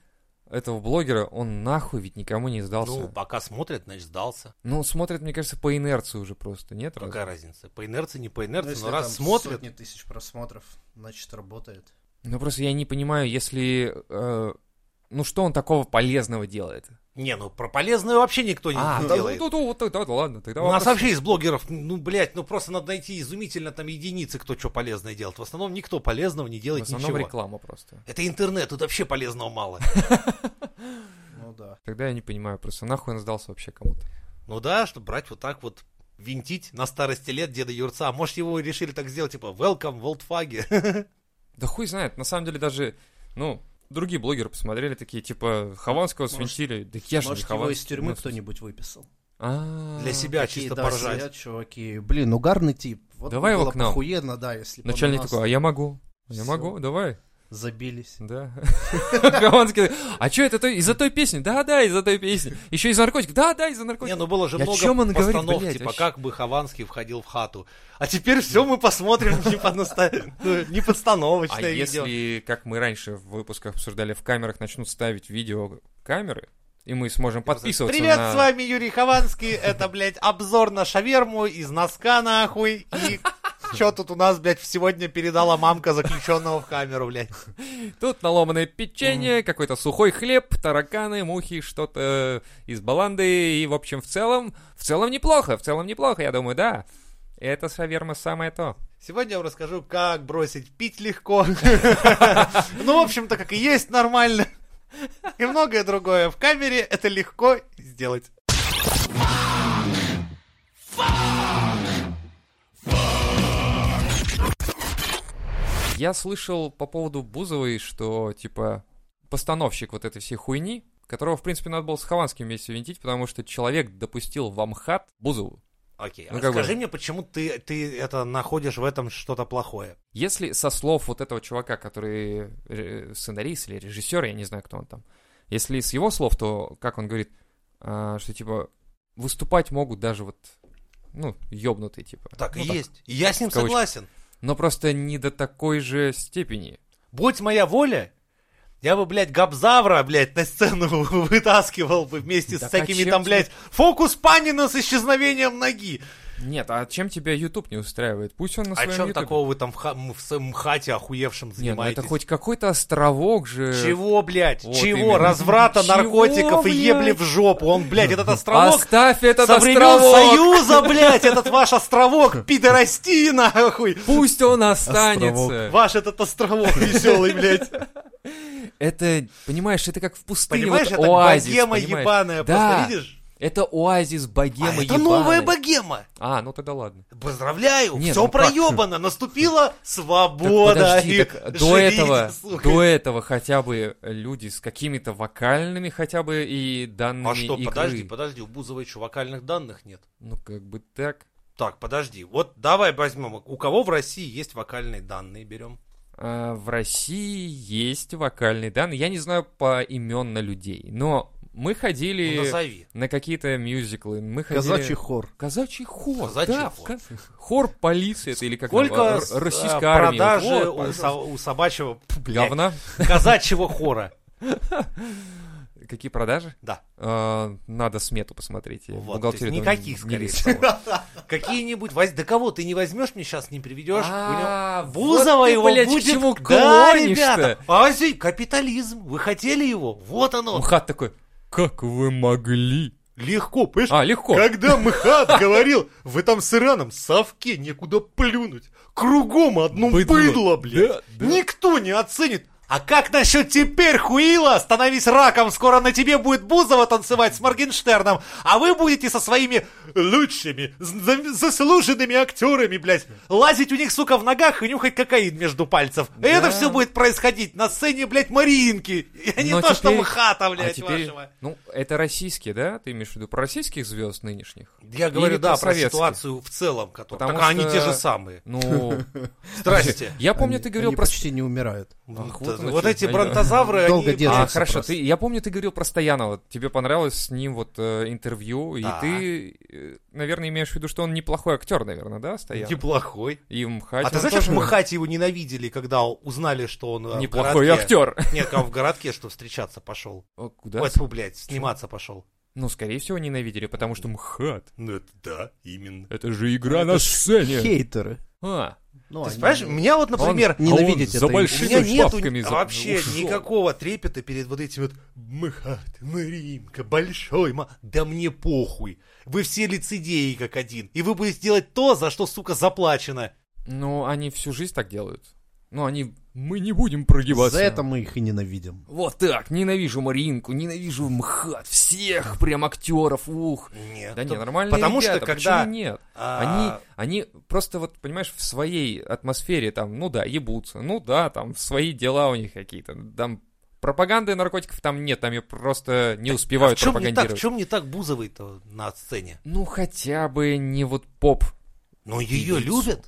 [SPEAKER 1] этого блогера, он нахуй ведь никому не сдался.
[SPEAKER 3] Ну, пока смотрят, значит, сдался.
[SPEAKER 1] Ну, смотрят, мне кажется, по инерции уже просто, нет? разве?
[SPEAKER 3] Какая разница? По инерции, не по
[SPEAKER 2] Ну,
[SPEAKER 3] инерции,
[SPEAKER 2] если
[SPEAKER 3] но раз
[SPEAKER 2] там
[SPEAKER 3] смотрят,
[SPEAKER 2] сотни тысяч просмотров, значит, работает.
[SPEAKER 1] Ну, просто я не понимаю, если... э, ну, что он такого полезного делает?
[SPEAKER 3] Не, ну про полезное вообще никто не, не
[SPEAKER 1] да,
[SPEAKER 3] делает. а
[SPEAKER 1] ну, ну, вот тогда, ладно, тогда...
[SPEAKER 3] У нас
[SPEAKER 1] вопрос-
[SPEAKER 3] вообще из блогеров, ну, блядь, ну просто надо найти изумительно там единицы, кто что полезное делает. В основном никто полезного не
[SPEAKER 1] В
[SPEAKER 3] делает
[SPEAKER 1] основном
[SPEAKER 3] ничего.
[SPEAKER 1] реклама просто.
[SPEAKER 3] Это интернет, тут вообще полезного мало.
[SPEAKER 2] Ну да.
[SPEAKER 1] Тогда я не понимаю просто, нахуй он сдался вообще кому-то.
[SPEAKER 3] Ну да, чтобы брать вот так вот, винтить на старости лет деда Юрца. А Может, его и решили так сделать, типа, welcome, волтфаги.
[SPEAKER 1] Да хуй знает, на самом деле даже, ну, другие блогеры посмотрели такие, типа, Хованского
[SPEAKER 2] Может-
[SPEAKER 1] свинтили. Да я же не
[SPEAKER 4] Может, его
[SPEAKER 1] Хованский.
[SPEAKER 4] из тюрьмы
[SPEAKER 1] Ну, в смысле.
[SPEAKER 4] кто-нибудь выписал.
[SPEAKER 1] А,
[SPEAKER 3] Для себя
[SPEAKER 4] Такие,
[SPEAKER 3] чисто
[SPEAKER 4] да,
[SPEAKER 3] поржать.
[SPEAKER 4] сидят чуваки. Блин, угарный тип. Вот
[SPEAKER 1] Давай
[SPEAKER 4] было
[SPEAKER 1] его к нам.
[SPEAKER 4] Охуенно, да, если бы он
[SPEAKER 1] Начальник
[SPEAKER 4] у нас
[SPEAKER 1] такой, а я могу. Я
[SPEAKER 4] Всё.
[SPEAKER 1] могу, давай.
[SPEAKER 4] забились.
[SPEAKER 1] Да. Хованский, а что это той- из-за той песни? Да, да, из-за той песни. Еще из-за наркотиков? Да, да, из-за наркотиков.
[SPEAKER 3] Не, ну было же
[SPEAKER 1] О
[SPEAKER 3] много
[SPEAKER 1] чем он говорит,
[SPEAKER 3] постанов,
[SPEAKER 1] блядь,
[SPEAKER 3] типа,
[SPEAKER 1] вообще?
[SPEAKER 3] как бы Хованский входил в хату. А теперь все мы посмотрим не по наста- ну, не
[SPEAKER 1] А
[SPEAKER 3] подстановочное видео.
[SPEAKER 1] если, как мы раньше в выпусках обсуждали, в камерах начнут ставить видео камеры, и мы сможем подписываться
[SPEAKER 3] Привет,
[SPEAKER 1] на...
[SPEAKER 3] с вами Юрий Хованский. Это, блядь, обзор на шаверму из носка нахуй. И что тут у нас, блядь, сегодня передала мамка заключенного в камеру, блядь.
[SPEAKER 1] Тут наломанное печенье, какой-то сухой хлеб, тараканы, мухи, что-то из баланды, и, в общем, в целом, в целом неплохо, в целом неплохо, я думаю, да. Это шаверма самое то.
[SPEAKER 3] Сегодня я вам расскажу, как бросить пить легко. Ну, в общем-то, как и есть нормально. И многое другое. В камере это легко сделать.
[SPEAKER 1] Я слышал по поводу Бузовой, что, типа, постановщик вот этой всей хуйни, которого, в принципе, надо было с Хованским вместе винтить, потому что человек допустил в Амхат Бузову.
[SPEAKER 3] Окей, а
[SPEAKER 1] Ну, как бы-
[SPEAKER 3] мне, почему ты, ты это находишь в этом что-то плохое?
[SPEAKER 1] Если со слов вот этого чувака, который э, сценарист или режиссер, я не знаю, кто он там, если с его слов, то как он говорит, а, что типа выступать могут даже вот, ну, ёбнутые типа.
[SPEAKER 3] Так
[SPEAKER 1] Ну,
[SPEAKER 3] и есть. И я с ним
[SPEAKER 1] В кавычках.
[SPEAKER 3] согласен.
[SPEAKER 1] Но просто не до такой же степени.
[SPEAKER 3] Будь моя воля, я бы, блядь, Габзавра, блядь, на сцену вытаскивал бы вместе
[SPEAKER 1] Да
[SPEAKER 3] с всякими
[SPEAKER 1] зачем
[SPEAKER 3] там,
[SPEAKER 1] а тебе-
[SPEAKER 3] блядь, фокус Панина с исчезновением ноги.
[SPEAKER 1] Нет, а чем тебя YouTube не устраивает? Пусть он на
[SPEAKER 3] а
[SPEAKER 1] своем
[SPEAKER 3] чем
[SPEAKER 1] YouTube.
[SPEAKER 3] такого вы там в, ха- м- в своем хате охуевшем
[SPEAKER 1] Ну, Не, ну
[SPEAKER 3] занимаетесь?
[SPEAKER 1] это хоть какой-то островок же.
[SPEAKER 3] Чего, блядь?
[SPEAKER 1] Вот
[SPEAKER 3] Чего?
[SPEAKER 1] именно.
[SPEAKER 3] Разврата,
[SPEAKER 1] Чего,
[SPEAKER 3] наркотиков и ебли
[SPEAKER 1] блядь?
[SPEAKER 3] в жопу. Он, блядь, этот островок
[SPEAKER 1] Оставь этот
[SPEAKER 3] со времен
[SPEAKER 1] островок!
[SPEAKER 3] Союза, блядь, этот ваш островок, пидорасти, нахуй.
[SPEAKER 1] Пусть он останется.
[SPEAKER 4] Островок.
[SPEAKER 3] Ваш этот островок веселый, блядь.
[SPEAKER 1] Это, понимаешь, это как в пустыне.
[SPEAKER 3] Понимаешь,
[SPEAKER 1] вот
[SPEAKER 3] это
[SPEAKER 1] оазис,
[SPEAKER 3] богема
[SPEAKER 1] понимаешь?
[SPEAKER 3] ебаная,
[SPEAKER 1] Да.
[SPEAKER 3] просто видишь?
[SPEAKER 1] Это оазис
[SPEAKER 3] А
[SPEAKER 1] богемы
[SPEAKER 3] это
[SPEAKER 1] ебаной.
[SPEAKER 3] новая богема.
[SPEAKER 1] А, ну тогда ладно.
[SPEAKER 3] Поздравляю,
[SPEAKER 1] Не,
[SPEAKER 3] все
[SPEAKER 1] ну как?
[SPEAKER 3] проебано, наступила
[SPEAKER 1] Так
[SPEAKER 3] свобода. А
[SPEAKER 1] подожди,
[SPEAKER 3] и
[SPEAKER 1] так до
[SPEAKER 3] а живите,
[SPEAKER 1] этого,
[SPEAKER 3] сука.
[SPEAKER 1] до этого хотя бы люди с какими-то вокальными хотя бы и данными
[SPEAKER 3] А что,
[SPEAKER 1] игры.
[SPEAKER 3] подожди, подожди, у Бузовой что, вокальных данных нет?
[SPEAKER 1] Ну как бы так.
[SPEAKER 3] Так, подожди. Вот давай возьмем. У кого в России есть вокальные данные, берем.
[SPEAKER 1] А, В России есть вокальные данные. Я не знаю поименно людей, но мы
[SPEAKER 3] Ну,
[SPEAKER 1] ходили
[SPEAKER 3] назови.
[SPEAKER 1] на какие-то мюзиклы. Мы ходили...
[SPEAKER 4] Казачий хор.
[SPEAKER 1] Казачий хор.
[SPEAKER 3] Казачий
[SPEAKER 1] да,
[SPEAKER 3] хор.
[SPEAKER 1] в ка- хор полиции это или как
[SPEAKER 3] Сколько
[SPEAKER 1] там, р-
[SPEAKER 3] с-
[SPEAKER 1] российская
[SPEAKER 3] а,
[SPEAKER 1] армия.
[SPEAKER 3] продажи
[SPEAKER 1] Вот,
[SPEAKER 3] у, со- у собачьего, пф, блядь,
[SPEAKER 1] Говна.
[SPEAKER 3] казачьего хора?
[SPEAKER 1] Какие продажи?
[SPEAKER 3] Да.
[SPEAKER 1] А, надо смету посмотреть. Я в
[SPEAKER 3] Вот, то есть
[SPEAKER 1] бухгалтерию там
[SPEAKER 3] никаких,
[SPEAKER 1] не
[SPEAKER 3] скорее
[SPEAKER 1] лез.
[SPEAKER 3] всего. Какие-нибудь, возь- да кого ты не возьмешь, мне сейчас не приведешь.
[SPEAKER 1] А,
[SPEAKER 3] У него-
[SPEAKER 1] вот
[SPEAKER 3] Бузова
[SPEAKER 1] ты,
[SPEAKER 3] его
[SPEAKER 1] блядь, к
[SPEAKER 3] будет.
[SPEAKER 1] чему
[SPEAKER 3] да,
[SPEAKER 1] клонишь-то?
[SPEAKER 3] ребята, а здесь капитализм, вы хотели его? Вот оно.
[SPEAKER 1] Мухат такой, как вы могли?
[SPEAKER 3] Легко, понимаешь?
[SPEAKER 1] А, легко.
[SPEAKER 3] Когда Мхат говорил, вы там с Ираном совке некуда плюнуть. Кругом одно
[SPEAKER 1] Быдло.
[SPEAKER 3] быдло, блядь.
[SPEAKER 1] Да, да.
[SPEAKER 3] Никто не оценит. А как насчет теперь, Хуила? Становись раком, скоро на тебе будет Бузова танцевать с Моргенштерном, а вы будете со своими лучшими, з- заслуженными актерами, блядь, лазить у них, сука, в ногах и нюхать кокаин между пальцев. И это
[SPEAKER 1] Да.
[SPEAKER 3] все будет происходить на сцене, блядь, Мариинки, а не
[SPEAKER 1] Но
[SPEAKER 3] то, что
[SPEAKER 1] теперь-
[SPEAKER 3] Мхата,
[SPEAKER 1] А
[SPEAKER 3] блядь,
[SPEAKER 1] теперь,
[SPEAKER 3] вашего.
[SPEAKER 1] ну, это российские, да? Ты имеешь в виду про российских звезд нынешних?
[SPEAKER 3] Я говорю,
[SPEAKER 1] Или
[SPEAKER 3] да, про
[SPEAKER 1] по-советски.
[SPEAKER 3] ситуацию в целом, которая.
[SPEAKER 1] Потому
[SPEAKER 3] Так а они
[SPEAKER 1] что-
[SPEAKER 3] те же самые.
[SPEAKER 1] Ну,
[SPEAKER 3] Здрасте.
[SPEAKER 1] я помню,
[SPEAKER 4] Они-
[SPEAKER 1] ты говорил
[SPEAKER 4] они
[SPEAKER 1] про...
[SPEAKER 4] почти не умирают.
[SPEAKER 1] Ах,
[SPEAKER 3] Вот,
[SPEAKER 1] вот оно
[SPEAKER 3] вот
[SPEAKER 1] чё,
[SPEAKER 3] эти
[SPEAKER 1] а я-
[SPEAKER 3] бронтозавры,
[SPEAKER 4] Долго
[SPEAKER 3] они...
[SPEAKER 1] А,
[SPEAKER 4] держится
[SPEAKER 1] хорошо,
[SPEAKER 4] просто.
[SPEAKER 1] ты, я помню, ты говорил про Стоянова. Тебе понравилось с ним вот э, интервью,
[SPEAKER 3] Да.
[SPEAKER 1] и ты, э, наверное, имеешь в виду, что он неплохой актер, наверное, да, Стоянов?
[SPEAKER 3] Неплохой.
[SPEAKER 1] И МХАТ.
[SPEAKER 3] А ты
[SPEAKER 1] он
[SPEAKER 3] знаешь, как в
[SPEAKER 1] тоже
[SPEAKER 3] Махате его ненавидели, когда узнали, что он э, в
[SPEAKER 1] неплохой
[SPEAKER 3] городке?
[SPEAKER 1] актер.
[SPEAKER 3] Нет, когда в городке, что встречаться пошел.
[SPEAKER 1] О, Куда?
[SPEAKER 3] Ой, тьфу, блядь, сниматься пошел.
[SPEAKER 1] Ну, скорее всего, ненавидели, потому что МХАТ.
[SPEAKER 3] Ну это да, именно.
[SPEAKER 1] Это же игра
[SPEAKER 4] Это
[SPEAKER 1] на
[SPEAKER 4] ж
[SPEAKER 1] сцене.
[SPEAKER 4] Хейтеры.
[SPEAKER 1] А,
[SPEAKER 4] Ну,
[SPEAKER 3] Ты
[SPEAKER 4] они-
[SPEAKER 3] понимаешь, меня вот, например,
[SPEAKER 1] он,
[SPEAKER 4] ненавидеть
[SPEAKER 1] а он
[SPEAKER 4] это
[SPEAKER 1] за
[SPEAKER 4] и-
[SPEAKER 3] у
[SPEAKER 1] большими
[SPEAKER 3] меня нету
[SPEAKER 1] бабками за-
[SPEAKER 3] вообще
[SPEAKER 1] ушел.
[SPEAKER 3] никакого трепета перед вот этим вот Мхат, Маримка, Большой, ма... да мне похуй. Вы все лицедеи как один, и вы будете делать то, за что, сука, заплачено.
[SPEAKER 1] Ну, они всю жизнь так делают. Ну, они... Мы не будем прогибаться.
[SPEAKER 4] За это мы их и ненавидим.
[SPEAKER 1] Вот так, ненавижу Маринку, ненавижу МХАТ, всех прям актеров, ух.
[SPEAKER 3] Нет.
[SPEAKER 1] Да не, нормально.
[SPEAKER 3] А Потому что
[SPEAKER 1] ребята,
[SPEAKER 3] когда-
[SPEAKER 1] почему нет? Они,
[SPEAKER 3] А,
[SPEAKER 1] они просто вот, понимаешь, в своей атмосфере там, ну да, ебутся, ну да, там свои дела у них какие-то, там пропаганды наркотиков там нет, там ее просто не
[SPEAKER 3] а в
[SPEAKER 1] успевают
[SPEAKER 3] чем не так, в
[SPEAKER 1] пропагандировать.
[SPEAKER 3] чем не так Бузовой-то на сцене?
[SPEAKER 1] Ну хотя бы не вот поп.
[SPEAKER 3] Но ее
[SPEAKER 1] Певицу.
[SPEAKER 3] любят.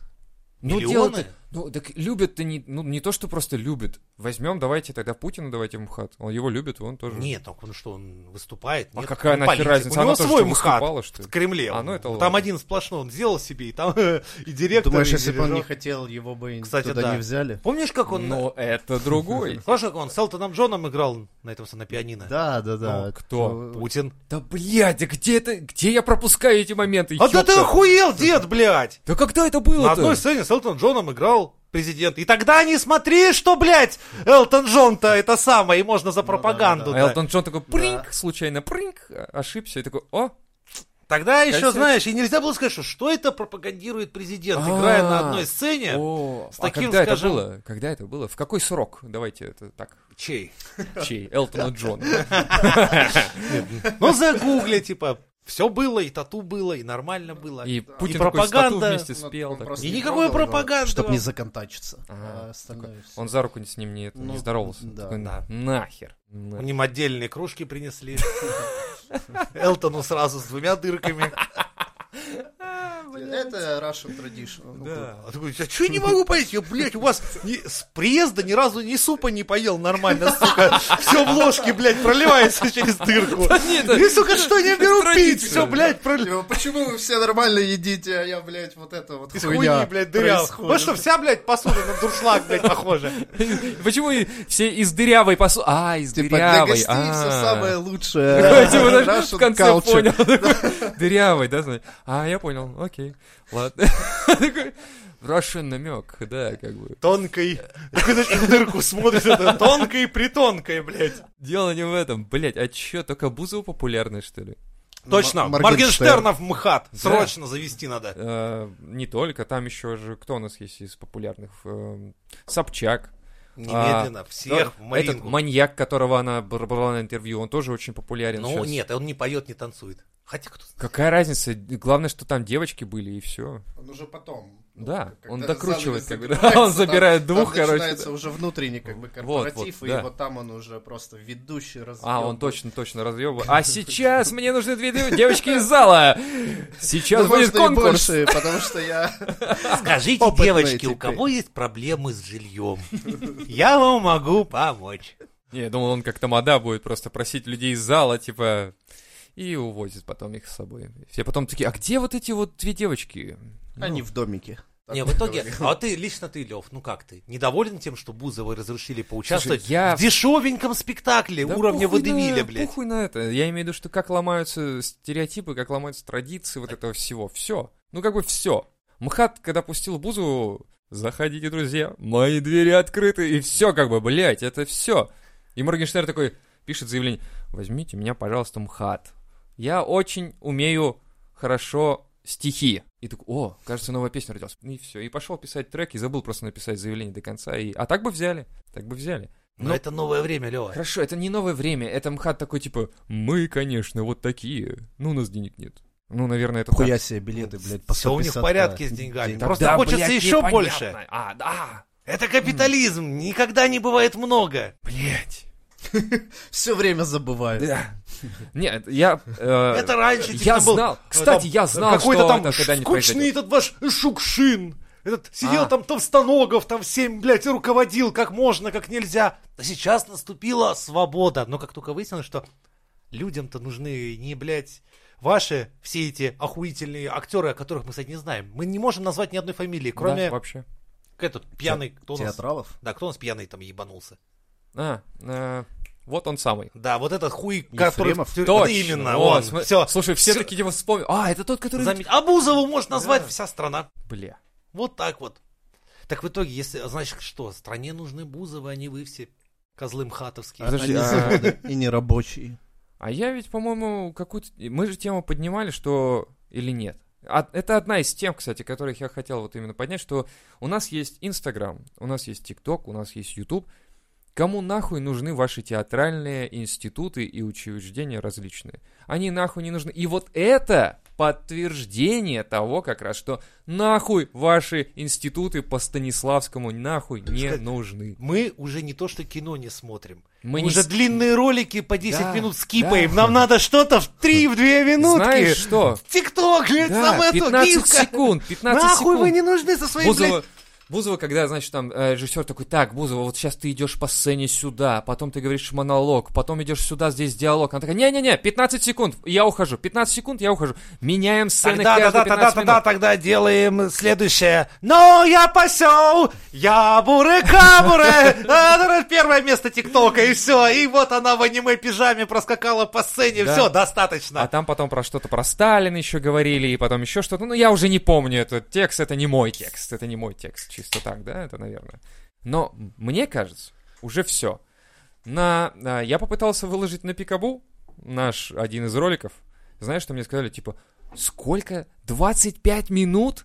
[SPEAKER 1] Ну,
[SPEAKER 3] Миллионы.
[SPEAKER 1] дело-то- ну, так любят-то не, ну, не то, что просто любят. Возьмем, давайте тогда Путина, давайте МХАТ. Он его любит, и он тоже.
[SPEAKER 3] Нет, так он что, он выступает?
[SPEAKER 1] А
[SPEAKER 3] Нет,
[SPEAKER 1] какая
[SPEAKER 3] он
[SPEAKER 1] нахер
[SPEAKER 3] политик.
[SPEAKER 1] разница?
[SPEAKER 3] У него
[SPEAKER 1] Она тоже
[SPEAKER 3] свой
[SPEAKER 1] что,
[SPEAKER 3] МХАТ
[SPEAKER 1] выступала, что
[SPEAKER 3] в
[SPEAKER 1] ли?
[SPEAKER 3] Кремле.
[SPEAKER 1] А, ну это
[SPEAKER 3] там
[SPEAKER 1] ладно.
[SPEAKER 3] один сплошной он сделал себе, и там и директор,
[SPEAKER 4] Думаешь,
[SPEAKER 3] и
[SPEAKER 4] если бы он не
[SPEAKER 3] дирижер.
[SPEAKER 4] хотел, его бы и
[SPEAKER 3] Кстати,
[SPEAKER 4] туда
[SPEAKER 3] да.
[SPEAKER 4] не взяли?
[SPEAKER 3] Помнишь, как он...
[SPEAKER 1] Но это другой.
[SPEAKER 3] Слышишь, как он с Элтоном Джоном играл на этом на пианино?
[SPEAKER 4] Да, да, да.
[SPEAKER 1] Ну, кто?
[SPEAKER 4] Это-
[SPEAKER 3] Путин.
[SPEAKER 1] Да блядь, а где это, где я пропускаю эти моменты?
[SPEAKER 3] А да
[SPEAKER 1] ёпта?
[SPEAKER 3] ты охуел, дед, блядь!
[SPEAKER 1] Да когда это
[SPEAKER 3] На
[SPEAKER 1] было-то?
[SPEAKER 3] одной сцене с Элтон Джоном играл президент. И тогда не смотри, что, блядь, Элтон Джон-то это самое, и можно за пропаганду.
[SPEAKER 1] А Элтон Джон такой прынк, случайно прынк, а- ошибся, и такой, о,
[SPEAKER 3] Тогда еще,
[SPEAKER 1] Косяк.
[SPEAKER 3] знаешь, и нельзя было сказать, что, что это пропагандирует президент,
[SPEAKER 1] А.
[SPEAKER 3] играя на одной сцене.
[SPEAKER 1] о,
[SPEAKER 3] с
[SPEAKER 1] а
[SPEAKER 3] таким,
[SPEAKER 1] когда это
[SPEAKER 3] скажем-
[SPEAKER 1] было? Когда это было? В какой срок? Давайте это так,
[SPEAKER 3] Чей?
[SPEAKER 1] чей? Элтона Джона.
[SPEAKER 3] Ну, загугли, типа, все было, и тату было, и нормально было.
[SPEAKER 1] И Путин такой стату
[SPEAKER 3] пропаганда.
[SPEAKER 1] вместе
[SPEAKER 2] Ну,
[SPEAKER 1] спел.
[SPEAKER 2] он
[SPEAKER 1] такой.
[SPEAKER 2] просто
[SPEAKER 3] И
[SPEAKER 2] не
[SPEAKER 3] никакой
[SPEAKER 2] трогал его.
[SPEAKER 3] пропаганды.
[SPEAKER 4] Чтоб
[SPEAKER 3] вам.
[SPEAKER 4] не законтачиться.
[SPEAKER 1] Ага.
[SPEAKER 4] А остальное всё.
[SPEAKER 1] Он за руку с ним не, это, не
[SPEAKER 4] Ну,
[SPEAKER 1] здоровался.
[SPEAKER 4] да,
[SPEAKER 1] такой,
[SPEAKER 3] да.
[SPEAKER 1] нахер. На-
[SPEAKER 3] Им отдельные кружки принесли. Элтону сразу с двумя дырками.
[SPEAKER 4] Это Russian tradition. Ну,
[SPEAKER 3] Да. А такой, а что я не могу поесть? Я, блядь, у вас ни- с приезда ни разу ни супа не поел нормально, сука. Все в ложке, блядь, проливается через дырку.
[SPEAKER 1] нет,
[SPEAKER 3] И, сука, что не беру пить?
[SPEAKER 1] традиция.
[SPEAKER 3] Все, блядь, проливается.
[SPEAKER 4] Ну, Почему вы все нормально едите, а я, блядь, вот это вот
[SPEAKER 3] Из
[SPEAKER 4] хуйня
[SPEAKER 3] хуйни, блядь, дыряв.
[SPEAKER 4] происходит?
[SPEAKER 3] Вот что, вся, блядь, посуда на дуршлаг, блядь, похожа.
[SPEAKER 1] Почему и все из дырявой посуды? А, из
[SPEAKER 4] Типа для
[SPEAKER 1] дырявой.
[SPEAKER 4] гостей все
[SPEAKER 1] а.
[SPEAKER 4] самое лучшее.
[SPEAKER 1] Типа, знаешь,
[SPEAKER 4] Russian
[SPEAKER 1] в конце
[SPEAKER 4] culture.
[SPEAKER 1] понял. такой, Дырявый, да? знаешь? А, я понял, окей. Ладно. Такой, Russian намек, да, как бы.
[SPEAKER 3] Тонкой. Такой, знаешь, в дырку смотрит, это тонкой притонкой, блядь.
[SPEAKER 1] Дело не в этом, блядь, а чё, только Бузова популярный, что ли?
[SPEAKER 3] Точно,
[SPEAKER 4] Моргенштерн.
[SPEAKER 3] Моргенштернов МХАТ.
[SPEAKER 1] Да.
[SPEAKER 3] Срочно завести надо.
[SPEAKER 1] Э, не только, там еще же, кто у нас есть из популярных? Эм, Собчак.
[SPEAKER 3] Немедленно, всех в
[SPEAKER 1] Этот
[SPEAKER 3] Маринку.
[SPEAKER 1] маньяк, которого она бр- брала на интервью, он тоже очень популярен
[SPEAKER 3] Ну,
[SPEAKER 1] щас.
[SPEAKER 3] нет, он не поет, не танцует. Хотя кто знает.
[SPEAKER 1] Какая разница? Главное, что там девочки были, и все.
[SPEAKER 2] Он уже потом. ну,
[SPEAKER 1] Да,
[SPEAKER 2] Когда
[SPEAKER 1] он
[SPEAKER 2] зал
[SPEAKER 1] докручивает,
[SPEAKER 2] не
[SPEAKER 1] как бы,
[SPEAKER 2] забирается,
[SPEAKER 1] да, он забирает
[SPEAKER 2] там-
[SPEAKER 1] двух,
[SPEAKER 2] там
[SPEAKER 1] короче.
[SPEAKER 2] начинается
[SPEAKER 1] да.
[SPEAKER 2] уже внутренний как бы
[SPEAKER 1] Вот, вот,
[SPEAKER 2] корпоратив, и
[SPEAKER 1] да.
[SPEAKER 2] вот там он уже просто ведущий разъем.
[SPEAKER 1] А, он точно, точно разъебывает. А сейчас мне нужны две дев- девочки из зала. Сейчас будет
[SPEAKER 2] Возможно, и
[SPEAKER 1] конкурс.
[SPEAKER 2] больше, потому что я...
[SPEAKER 3] Скажите,
[SPEAKER 2] Опытные
[SPEAKER 3] девочки, у
[SPEAKER 2] теперь.
[SPEAKER 3] кого есть проблемы с жильем? Я вам могу помочь.
[SPEAKER 1] Не, я думал, он как тамада будет просто просить людей из зала, типа, и увозит потом их с собой. Все потом такие, а где вот эти вот две девочки?
[SPEAKER 4] Они в домике.
[SPEAKER 3] Не, в итоге, а вот ты, лично ты, Лев, ну как ты, недоволен тем, что Бузовы разрешили поучаствовать
[SPEAKER 1] Слушай, я-
[SPEAKER 3] в дешевеньком спектакле
[SPEAKER 1] Да
[SPEAKER 3] уровня
[SPEAKER 1] похуй на-
[SPEAKER 3] Водевиля, блядь?
[SPEAKER 1] Похуй на это. Я имею в виду, что как ломаются стереотипы, как ломаются традиции вот этого всего. Все. Ну, как бы все. Мхат, когда пустил Бузу, заходите, друзья, мои двери открыты, и все, как бы, блядь, это все. И Моргенштерн такой пишет заявление, возьмите меня, пожалуйста, МХАТ. Я очень умею хорошо стихи. И такой, о, кажется, новая песня родилась. Ну И все, и пошел писать трек, и забыл просто написать заявление до конца. И... А так бы взяли, так бы взяли.
[SPEAKER 3] Но
[SPEAKER 1] Ну-
[SPEAKER 3] это новое время, Лева.
[SPEAKER 1] Хорошо, это не новое время, это МХАТ такой, типа, мы, конечно, вот такие, ну у нас денег нет. Ну, наверное, это
[SPEAKER 4] Хуя себе билеты, блядь, по
[SPEAKER 3] Все у них в
[SPEAKER 4] 150
[SPEAKER 3] порядке с деньгами.
[SPEAKER 4] денег.
[SPEAKER 3] Просто
[SPEAKER 1] Да,
[SPEAKER 3] хочется
[SPEAKER 1] блядь,
[SPEAKER 3] еще
[SPEAKER 1] непонятно.
[SPEAKER 3] больше.
[SPEAKER 1] А, да,
[SPEAKER 3] Это капитализм. Никогда не бывает много.
[SPEAKER 1] блядь.
[SPEAKER 4] Все время забывают.
[SPEAKER 1] Да. Нет, я... э,
[SPEAKER 3] Это раньше типа,
[SPEAKER 1] Я
[SPEAKER 3] был,
[SPEAKER 1] знал,
[SPEAKER 3] э,
[SPEAKER 1] кстати,
[SPEAKER 3] там,
[SPEAKER 1] я знал,
[SPEAKER 3] какой-то
[SPEAKER 1] что
[SPEAKER 3] там
[SPEAKER 1] это когда-нибудь
[SPEAKER 3] скучный
[SPEAKER 1] произойдет.
[SPEAKER 3] этот ваш Шукшин. Этот сидел
[SPEAKER 1] А.
[SPEAKER 3] там Товстоногов, там всем, блядь, и руководил как можно, как нельзя. А сейчас наступила свобода. Но как только выяснилось, что людям-то нужны не, блядь, ваши все эти охуительные актеры, о которых мы, кстати, не знаем. Мы не можем назвать ни одной фамилии,
[SPEAKER 1] Да,
[SPEAKER 3] кроме
[SPEAKER 1] вообще.
[SPEAKER 3] как этот пьяный, кто у нас-
[SPEAKER 4] Театралов?
[SPEAKER 3] Да, кто у нас пьяный там ебанулся?
[SPEAKER 1] А, э, вот он самый.
[SPEAKER 3] Да, вот этот хуй,
[SPEAKER 4] Ефремов?
[SPEAKER 3] который... в тюрьме-
[SPEAKER 1] Точно.
[SPEAKER 3] Вот именно,
[SPEAKER 1] вот,
[SPEAKER 3] он.
[SPEAKER 1] см-
[SPEAKER 3] Все.
[SPEAKER 1] Слушай, все
[SPEAKER 3] Всё.
[SPEAKER 1] такие его вспомнили. А, это тот, который...
[SPEAKER 3] Заметь, Абузову может назвать
[SPEAKER 1] Да.
[SPEAKER 3] вся страна.
[SPEAKER 1] Бля.
[SPEAKER 3] Вот так вот. Так в итоге, если, значит, что, стране нужны Бузовы, а не вы все козлы мхатовские.
[SPEAKER 1] Подожди,
[SPEAKER 4] Они
[SPEAKER 1] а-
[SPEAKER 4] свободны и нерабочие.
[SPEAKER 1] А я ведь, по-моему, какую-то... Мы же тему поднимали, что... Или нет? А- это одна из тем, кстати, которых я хотел вот именно поднять, что у нас есть Инстаграм, у нас есть ТикТок, у нас есть Ютуб. Кому нахуй нужны ваши театральные институты и учреждения различные? Они нахуй не нужны. И вот это подтверждение того как раз, что нахуй ваши институты по Станиславскому нахуй не
[SPEAKER 3] Сказать,
[SPEAKER 1] нужны.
[SPEAKER 3] Мы уже не то, что кино не смотрим.
[SPEAKER 1] Мы не
[SPEAKER 3] уже
[SPEAKER 1] с-
[SPEAKER 3] длинные ролики по 10
[SPEAKER 1] Да,
[SPEAKER 3] минут скипаем.
[SPEAKER 1] да.
[SPEAKER 3] Нам надо что-то в 3-2 минутки.
[SPEAKER 1] Знаешь что?
[SPEAKER 3] Тикток, блядь,
[SPEAKER 1] Да,
[SPEAKER 3] сам эту
[SPEAKER 1] 15
[SPEAKER 3] гифка.
[SPEAKER 1] секунд, 15
[SPEAKER 3] Нахуй
[SPEAKER 1] секунд.
[SPEAKER 3] вы не нужны со своим,
[SPEAKER 1] Бузова,
[SPEAKER 3] блядь.
[SPEAKER 1] Бузова, когда, значит, там э, режиссер такой, так, Бузова, вот сейчас ты идешь по сцене сюда, потом ты говоришь монолог, потом идешь сюда, здесь диалог. Она такая, не-не-не, 15 секунд, я ухожу, 15 секунд, я ухожу. Меняем сцены
[SPEAKER 3] Тогда,
[SPEAKER 1] каждые
[SPEAKER 3] тогда,
[SPEAKER 1] 15
[SPEAKER 3] тогда, тогда,
[SPEAKER 1] минут.
[SPEAKER 3] тогда делаем следующее. Но я посел, я буры-кабуры. А, да, да, Первое место ТикТока, и все. И вот она в аниме-пижаме проскакала по сцене.
[SPEAKER 1] Да.
[SPEAKER 3] Все,
[SPEAKER 1] А
[SPEAKER 3] достаточно.
[SPEAKER 1] там потом про что-то про Сталина еще говорили, и потом еще что-то. Ну, я уже не помню этот текст, это не мой текст, это не мой текст, чисто так, да, это, наверное. Но мне кажется, уже все. На, а, я попытался выложить на Пикабу наш один из роликов. Знаешь, что мне сказали? Типа, сколько? 25 минут?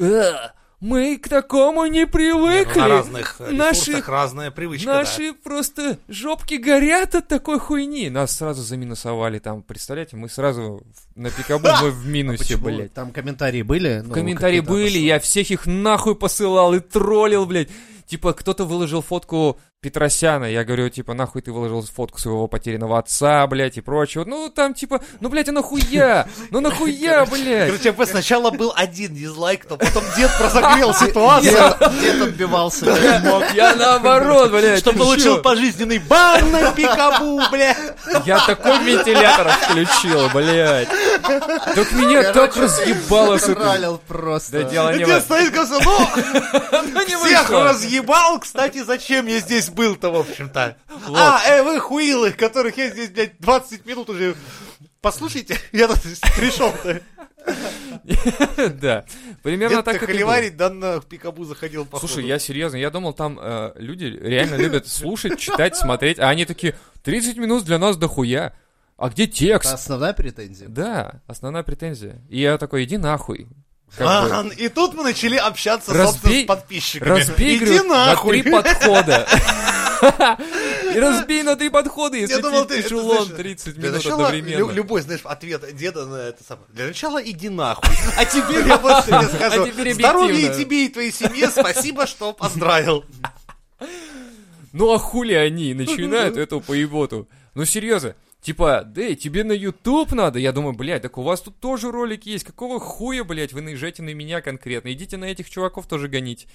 [SPEAKER 1] Э, мы к такому не привыкли.
[SPEAKER 3] ну, На разных э,
[SPEAKER 1] Наши-
[SPEAKER 3] ресурсах разная привычка. да.
[SPEAKER 1] Наши просто жопки горят от такой хуйни. Нас сразу заминусовали там, представляете? Мы сразу в- на пикабу мы в
[SPEAKER 3] А
[SPEAKER 1] минусе,
[SPEAKER 4] Почему?
[SPEAKER 1] блядь.
[SPEAKER 4] Там комментарии были? Ну,
[SPEAKER 1] Комментарии
[SPEAKER 4] какие-то
[SPEAKER 1] были, я всех их нахуй посылал и троллил, блядь. Типа, кто-то выложил фотку Петросяна, я говорю, типа, нахуй ты выложил фотку своего потерянного отца, блядь, и прочего. Ну, там, типа, ну, блядь, а нахуя? Ну, нахуя, блядь?
[SPEAKER 3] Короче, АП сначала был один дизлайк, но потом дед прозагрел ситуацию,
[SPEAKER 4] Дед, дед отбивался. блядь.
[SPEAKER 1] Я наоборот, блядь.
[SPEAKER 3] что
[SPEAKER 1] ты
[SPEAKER 3] получил
[SPEAKER 1] чё?
[SPEAKER 3] пожизненный бан на пикабу, бля.
[SPEAKER 1] Я такой вентилятор включил, блядь. Так меня так разъебало, сука.
[SPEAKER 4] Тралил
[SPEAKER 1] Да
[SPEAKER 4] просто.
[SPEAKER 1] дело не в
[SPEAKER 3] Дед
[SPEAKER 1] этом.
[SPEAKER 3] стоит, говорит, ну,
[SPEAKER 1] Ну, не
[SPEAKER 3] Всех
[SPEAKER 1] вышло.
[SPEAKER 3] разъебал, кстати, зачем я здесь был-то, в общем-то. А, э, вы хуилы, которых я здесь, блядь, 20 минут уже... Послушайте, я тут пришел-то.
[SPEAKER 1] Да. Примерно так
[SPEAKER 3] Дед-то
[SPEAKER 1] это и было.
[SPEAKER 3] холиварить, да на пикабу заходил, походу.
[SPEAKER 1] Слушай, я серьезно, я думал, там э, люди реально любят слушать, читать, смотреть, а они такие, 30 минут для нас дохуя. А где
[SPEAKER 4] Это
[SPEAKER 1] текст?
[SPEAKER 4] основная претензия.
[SPEAKER 1] Да, основная претензия. И я такой, иди нахуй. Как бы,
[SPEAKER 3] А, и тут мы начали общаться,
[SPEAKER 1] Разбей-
[SPEAKER 3] собственно, с подписчиками.
[SPEAKER 1] Разбей,
[SPEAKER 3] Иди
[SPEAKER 1] говорю, на
[SPEAKER 3] нахуй.
[SPEAKER 1] три подхода. И разбей на три подхода, если
[SPEAKER 3] Я думал, ты
[SPEAKER 1] пить
[SPEAKER 3] это,
[SPEAKER 1] эшелон
[SPEAKER 3] знаешь,
[SPEAKER 1] 30
[SPEAKER 3] Для
[SPEAKER 1] минут
[SPEAKER 3] начала, лю-
[SPEAKER 1] одновременно.
[SPEAKER 3] любой, знаешь, ответ деда на это самое. Для начала иди нахуй.
[SPEAKER 1] А теперь
[SPEAKER 3] Я больше тебе скажу.
[SPEAKER 1] А теперь объективно.
[SPEAKER 3] Здоровья и тебе, и твоей семье. Спасибо, что поздравил.
[SPEAKER 1] Ну а хули они и начинают эту поеботу? Ну серьезно, типа, да и тебе на YouTube надо? Я думаю, блядь, так у вас тут тоже ролик есть. Какого хуя, блядь, вы наезжаете на меня конкретно? Идите на этих чуваков тоже гонить.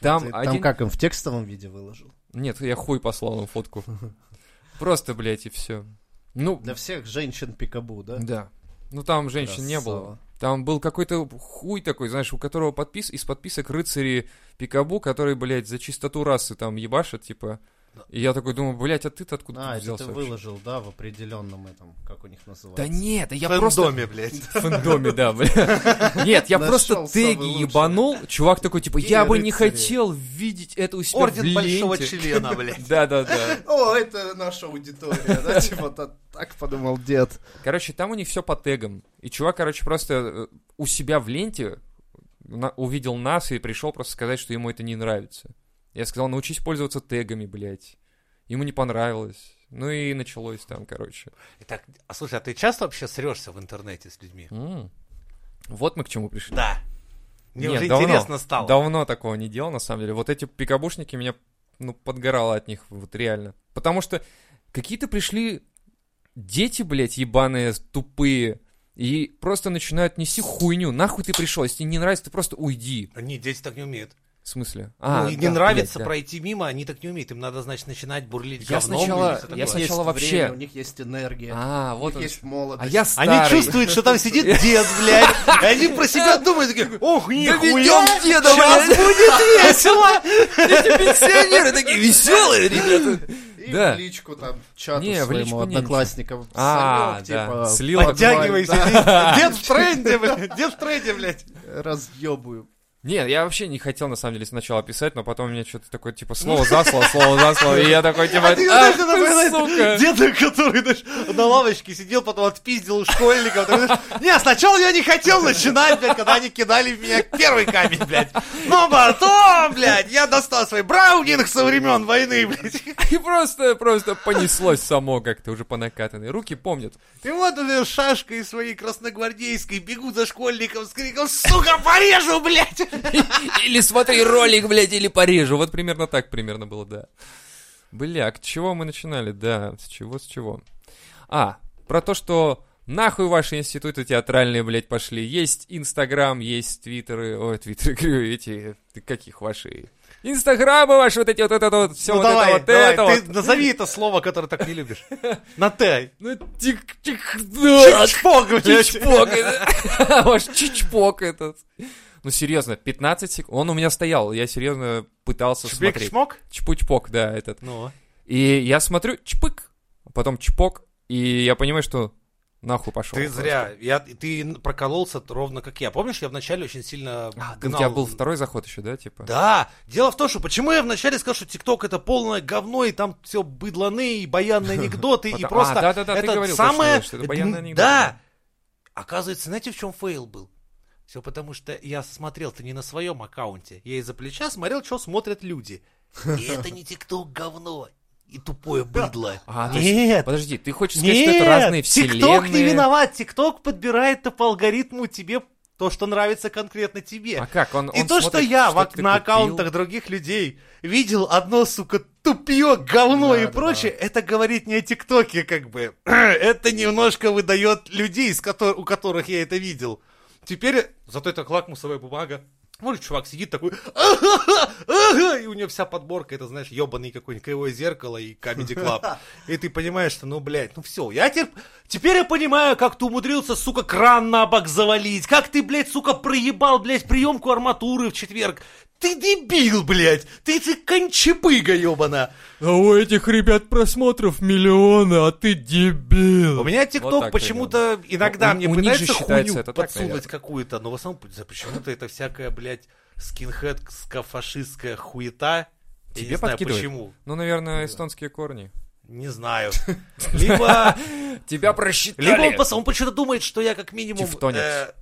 [SPEAKER 1] Там,
[SPEAKER 4] Ты
[SPEAKER 1] один...
[SPEAKER 4] Там как им в текстовом виде выложил?
[SPEAKER 1] Нет, я хуй послал им фотку. Просто, блядь, и все. Ну,
[SPEAKER 4] Для всех женщин пикабу, да? а,
[SPEAKER 1] да. Ну там женщин не было.
[SPEAKER 4] Красава.
[SPEAKER 1] Там был какой-то хуй такой, знаешь, у которого подпис из подписок рыцари Пикабу, которые, блядь, за чистоту расы там ебашат, типа. И я такой думаю, блядь, а ты-то откуда
[SPEAKER 4] А,
[SPEAKER 1] тут
[SPEAKER 4] это
[SPEAKER 1] взялся
[SPEAKER 4] ты
[SPEAKER 1] вообще?
[SPEAKER 4] выложил, да, в определенном этом, как у них
[SPEAKER 1] Да
[SPEAKER 4] называется.
[SPEAKER 1] нет, да я
[SPEAKER 3] В
[SPEAKER 1] просто...
[SPEAKER 3] доме, блядь.
[SPEAKER 1] В фэндоме, да, бля. Нет, я
[SPEAKER 4] Нашёл
[SPEAKER 1] просто
[SPEAKER 4] самый
[SPEAKER 1] теги
[SPEAKER 4] лучший.
[SPEAKER 1] ебанул. Чувак такой, типа,
[SPEAKER 4] Или
[SPEAKER 1] я бы не
[SPEAKER 4] рыцарей.
[SPEAKER 1] хотел видеть это у себя в
[SPEAKER 3] Орден большого
[SPEAKER 1] ленте».
[SPEAKER 3] члена, блядь.
[SPEAKER 1] Да, да, да.
[SPEAKER 4] О, это наша аудитория, да?
[SPEAKER 2] Типа, та- так подумал дед.
[SPEAKER 1] Короче, там у них все по тегам. И чувак, короче, просто э, у себя в ленте на- увидел нас и пришел просто сказать, что ему это не нравится. Я сказал, научись пользоваться тегами, блядь. Ему не понравилось. Ну и началось там, короче.
[SPEAKER 3] Итак, а слушай, а ты часто вообще срешься в интернете с людьми?
[SPEAKER 1] М. Вот мы к чему пришли.
[SPEAKER 3] Да. Мне
[SPEAKER 1] Нет,
[SPEAKER 3] уже
[SPEAKER 1] давно.
[SPEAKER 3] интересно стало.
[SPEAKER 1] Давно такого не делал, на самом деле. Вот эти пикабушники меня, ну, подгорало от них, вот реально. Потому что какие-то пришли дети, блядь, ебаные, тупые, и просто начинают нести хуйню. Нахуй ты пришел, если тебе не нравится, ты просто уйди.
[SPEAKER 3] Не, дети так не умеют.
[SPEAKER 1] В смысле?
[SPEAKER 3] ну, и не
[SPEAKER 1] А, да,
[SPEAKER 3] нравится
[SPEAKER 1] блядь, да.
[SPEAKER 3] пройти мимо, они так не умеют. Им надо, значит, начинать бурлить
[SPEAKER 1] Я
[SPEAKER 3] говном.
[SPEAKER 1] сначала-
[SPEAKER 3] или всё такое.
[SPEAKER 1] я
[SPEAKER 4] Есть
[SPEAKER 1] сначала вообще-
[SPEAKER 4] время, У них есть энергия,
[SPEAKER 1] А,
[SPEAKER 4] у
[SPEAKER 1] вот
[SPEAKER 4] них
[SPEAKER 1] он.
[SPEAKER 4] есть молодость.
[SPEAKER 1] А я
[SPEAKER 3] Они
[SPEAKER 1] старый.
[SPEAKER 3] чувствуют, что там сидит дед, блядь. И они про себя думают, такие, ох, нихуя,
[SPEAKER 1] ведём деда,
[SPEAKER 3] сейчас
[SPEAKER 1] блядь».
[SPEAKER 3] будет весело.
[SPEAKER 1] Эти пенсионеры такие веселые, ребята.
[SPEAKER 4] И
[SPEAKER 1] да.
[SPEAKER 4] в личку там чату
[SPEAKER 1] Не, в личку
[SPEAKER 4] своему
[SPEAKER 1] не
[SPEAKER 4] одноклассникам.
[SPEAKER 1] А,
[SPEAKER 4] «Санёк,
[SPEAKER 1] да.
[SPEAKER 4] типа,
[SPEAKER 1] Слил
[SPEAKER 4] подваль,
[SPEAKER 3] Подтягивайся,
[SPEAKER 4] да,
[SPEAKER 3] дед в тренде, блядь, дед в тренде, блядь.
[SPEAKER 4] Разъебаю.
[SPEAKER 1] Нет, я вообще не хотел, на самом деле, сначала писать, но потом мне что-то такое, типа, слово за слово, слово за слово, и я такой, типа,
[SPEAKER 3] Ну. А Ты знаешь, это
[SPEAKER 1] «Ах ты,
[SPEAKER 3] напоминает
[SPEAKER 1] сука!
[SPEAKER 3] деда, который знаешь, на лавочке сидел, потом отпиздил школьников. Такой, знаешь, Не, сначала я не хотел начинать, блядь, когда они кидали в меня первый камень, блядь. Но потом, блядь, я достал свой браунинг со времен войны, блядь.
[SPEAKER 1] И просто, просто понеслось само как-то уже по накатанной. Руки помнят.
[SPEAKER 3] И вот он с шашкой своей красногвардейской бегу за школьником с криком «Сука, порежу, блядь!»
[SPEAKER 1] Или смотри ролик, блядь, или порежу. Вот примерно так примерно было, да. Бля, к чего мы начинали, да, с чего, с чего. А, про то, что нахуй ваши институты театральные, блядь, пошли. Есть Инстаграм, есть Твиттеры, ой, Твиттеры, говорю, эти, каких ваши... Инстаграмы ваши, вот эти, вот это вот, все
[SPEAKER 3] Ну
[SPEAKER 1] вот
[SPEAKER 3] давай,
[SPEAKER 1] это, вот
[SPEAKER 3] давай,
[SPEAKER 1] это
[SPEAKER 3] ты
[SPEAKER 1] вот.
[SPEAKER 3] назови это слово, которое так не любишь. На «Т».
[SPEAKER 1] Ну, тик, тик, да,
[SPEAKER 3] Чпок, блядь.
[SPEAKER 1] чичпок. это. Ваш чичпок этот. Ну, серьезно, 15 секунд. Он у меня стоял, я серьезно пытался смотреть.
[SPEAKER 3] Чпик-чмок?
[SPEAKER 1] Чпучпок, да, этот.
[SPEAKER 3] Ну.
[SPEAKER 1] И я смотрю, чпык, потом чпок, и я понимаю, что нахуй пошел.
[SPEAKER 3] Ты зря. Я, ты прокололся ровно как я. Помнишь, я вначале очень сильно
[SPEAKER 1] А, у
[SPEAKER 3] гнал-
[SPEAKER 1] тебя был второй заход еще, да, типа?
[SPEAKER 3] Да. Дело в том, что почему я вначале сказал, что ТикТок это полное говно, и там все быдланы, и баянные анекдоты, и
[SPEAKER 1] Потом- а,
[SPEAKER 3] просто...
[SPEAKER 1] да-да-да, ты
[SPEAKER 3] это
[SPEAKER 1] говорил,
[SPEAKER 3] самое...
[SPEAKER 1] точно, что это баянные анекдоты.
[SPEAKER 3] Да. Оказывается, знаете, в чем фейл был? Все потому, что я смотрел-то не на своем аккаунте. Я из-за плеча смотрел, что смотрят люди. И это не ТикТок говно. И тупое быдло.
[SPEAKER 1] А, то есть-
[SPEAKER 3] Нет.
[SPEAKER 1] Подожди, ты хочешь сказать, что это разные вселенные?
[SPEAKER 3] ТикТок не виноват, ТикТок подбирает-то по алгоритму тебе то, что нравится конкретно тебе.
[SPEAKER 1] А как? Он,
[SPEAKER 3] И
[SPEAKER 1] он
[SPEAKER 3] то, что
[SPEAKER 1] смотрит,
[SPEAKER 3] я в-
[SPEAKER 1] ты
[SPEAKER 3] на
[SPEAKER 1] купил?
[SPEAKER 3] аккаунтах других людей видел одно, сука, тупье, говно
[SPEAKER 4] Да,
[SPEAKER 3] и
[SPEAKER 4] да,
[SPEAKER 3] прочее, это говорит не о ТикТоке, как бы. это немножко выдает людей, с котор- у которых я это видел. Теперь, зато это лакмусовая бумага. Может, чувак сидит такой, «Ага, ага», и у него вся подборка, это, знаешь, ебаный какой-нибудь кривое зеркало и Comedy Club. И ты понимаешь, что, ну, блядь, ну все, я теперь, теперь я понимаю, как ты умудрился, сука, кран на бок завалить, как ты, блядь, сука, проебал, блядь, приемку арматуры в четверг. Ты дебил, блядь, ты, ты кончебыга, ебана.
[SPEAKER 1] А у этих ребят просмотров миллионы, а ты дебил.
[SPEAKER 3] У меня
[SPEAKER 1] Вот
[SPEAKER 3] TikTok
[SPEAKER 1] так Ну,
[SPEAKER 3] почему-то иногда
[SPEAKER 1] У-
[SPEAKER 3] мне
[SPEAKER 1] у них
[SPEAKER 3] пытается
[SPEAKER 1] же считается
[SPEAKER 3] хуйню
[SPEAKER 1] это так,
[SPEAKER 3] подсунуть
[SPEAKER 1] наверное.
[SPEAKER 3] какую-то, но в основном за- почему-то это всякая, блядь, скинхедская фашистская хуета. Я
[SPEAKER 1] Тебе
[SPEAKER 3] не знаю,
[SPEAKER 1] подкидывают?
[SPEAKER 3] почему.
[SPEAKER 1] Ну, наверное, эстонские корни.
[SPEAKER 3] Не знаю. Либо,
[SPEAKER 1] Тебя просчитали.
[SPEAKER 3] либо он, пос- он почему-то думает, что я как минимум
[SPEAKER 1] Тевтонец.
[SPEAKER 3] э,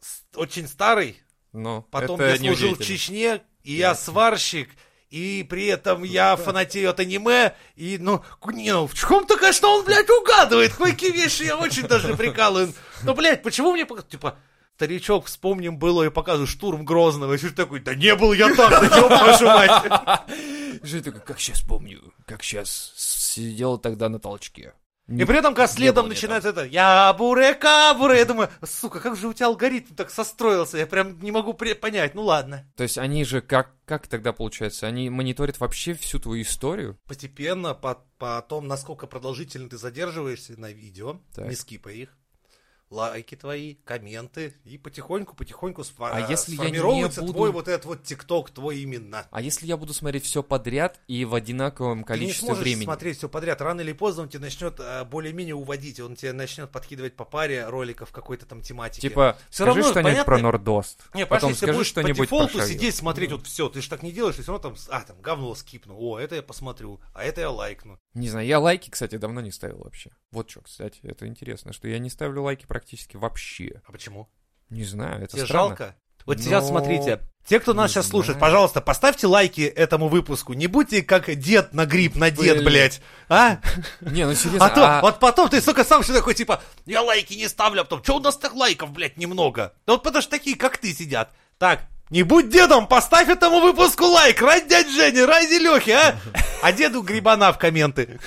[SPEAKER 3] с- очень старый,
[SPEAKER 1] Ну,
[SPEAKER 3] потом
[SPEAKER 1] это
[SPEAKER 3] я служил в
[SPEAKER 1] неудивительно.
[SPEAKER 3] Чечне, и я сварщик, и при этом я фанатею от аниме, и, ну, к- не, ну, в чем-то, конечно, он, блядь, угадывает, какие вещи я очень даже прикалываю. Но, блядь, почему мне, пока- типа, старичок, вспомним, было и показывают штурм Грозного, и чё ты такой, да не был я там, да ёб вашу мать.
[SPEAKER 1] Жить такой, как сейчас помню, как сейчас сидел тогда на толчке.
[SPEAKER 3] И при этом, когда
[SPEAKER 1] Не
[SPEAKER 3] следом
[SPEAKER 1] было мне
[SPEAKER 3] начинается это, я буре кабуре, я думаю, сука, как же у тебя алгоритм так состроился, я прям не могу при- понять, ну ладно.
[SPEAKER 1] То есть они же как, как тогда получается? Они мониторят вообще всю твою историю?
[SPEAKER 3] постепенно по, по том, насколько продолжительно ты задерживаешься на видео,
[SPEAKER 1] Так.
[SPEAKER 3] не скипай их, лайки твои, комменты, и потихоньку-потихоньку сфо-
[SPEAKER 1] А если я не
[SPEAKER 3] сформируется
[SPEAKER 1] буду-
[SPEAKER 3] твой вот этот вот тикток, твой именно.
[SPEAKER 1] А если я буду смотреть все подряд и в одинаковом
[SPEAKER 3] ты не
[SPEAKER 1] количестве
[SPEAKER 3] сможешь
[SPEAKER 1] времени?
[SPEAKER 3] смотреть все подряд. Рано или поздно он тебя начнет э, более-менее уводить. Он тебе начнет подкидывать по паре роликов какой-то там тематики.
[SPEAKER 1] Типа,
[SPEAKER 3] Всё
[SPEAKER 1] скажи
[SPEAKER 3] равно,
[SPEAKER 1] что-нибудь
[SPEAKER 3] понятно-
[SPEAKER 1] про Нордост.
[SPEAKER 3] Не, Паша,
[SPEAKER 1] Потом
[SPEAKER 3] если
[SPEAKER 1] скажи
[SPEAKER 3] будешь по
[SPEAKER 1] что-нибудь про
[SPEAKER 3] дефолту
[SPEAKER 1] Шайу.
[SPEAKER 3] сидеть, смотреть вот все, ты же так не делаешь, и все равно там, а, там говно скипну, о, это я посмотрю, а это я лайкну.
[SPEAKER 1] Не знаю, я лайки, кстати, давно не ставил вообще. Вот что, кстати, это интересно, что я не ставлю лайки практически вообще.
[SPEAKER 3] А почему?
[SPEAKER 1] Не знаю, это
[SPEAKER 3] Тебе
[SPEAKER 1] странно.
[SPEAKER 3] жалко? Вот
[SPEAKER 1] Но-
[SPEAKER 3] сейчас смотрите. Те, кто нас
[SPEAKER 1] Не
[SPEAKER 3] сейчас слушает,
[SPEAKER 1] знаю.
[SPEAKER 3] пожалуйста, поставьте лайки этому выпуску. Не будьте как дед на грипп, на дед,
[SPEAKER 1] Блин.
[SPEAKER 3] блядь. А?
[SPEAKER 1] Не, ну серьезно,
[SPEAKER 3] А то,
[SPEAKER 1] а-
[SPEAKER 3] вот потом ты, сука, сам все такой, типа, я лайки не ставлю, а потом, что у нас так лайков, блядь, немного? Да вот потому что такие, как ты, сидят. Так, не будь дедом, поставь этому выпуску лайк, ради дядь Жени, ради Лехи, а? А деду грибана в комменты.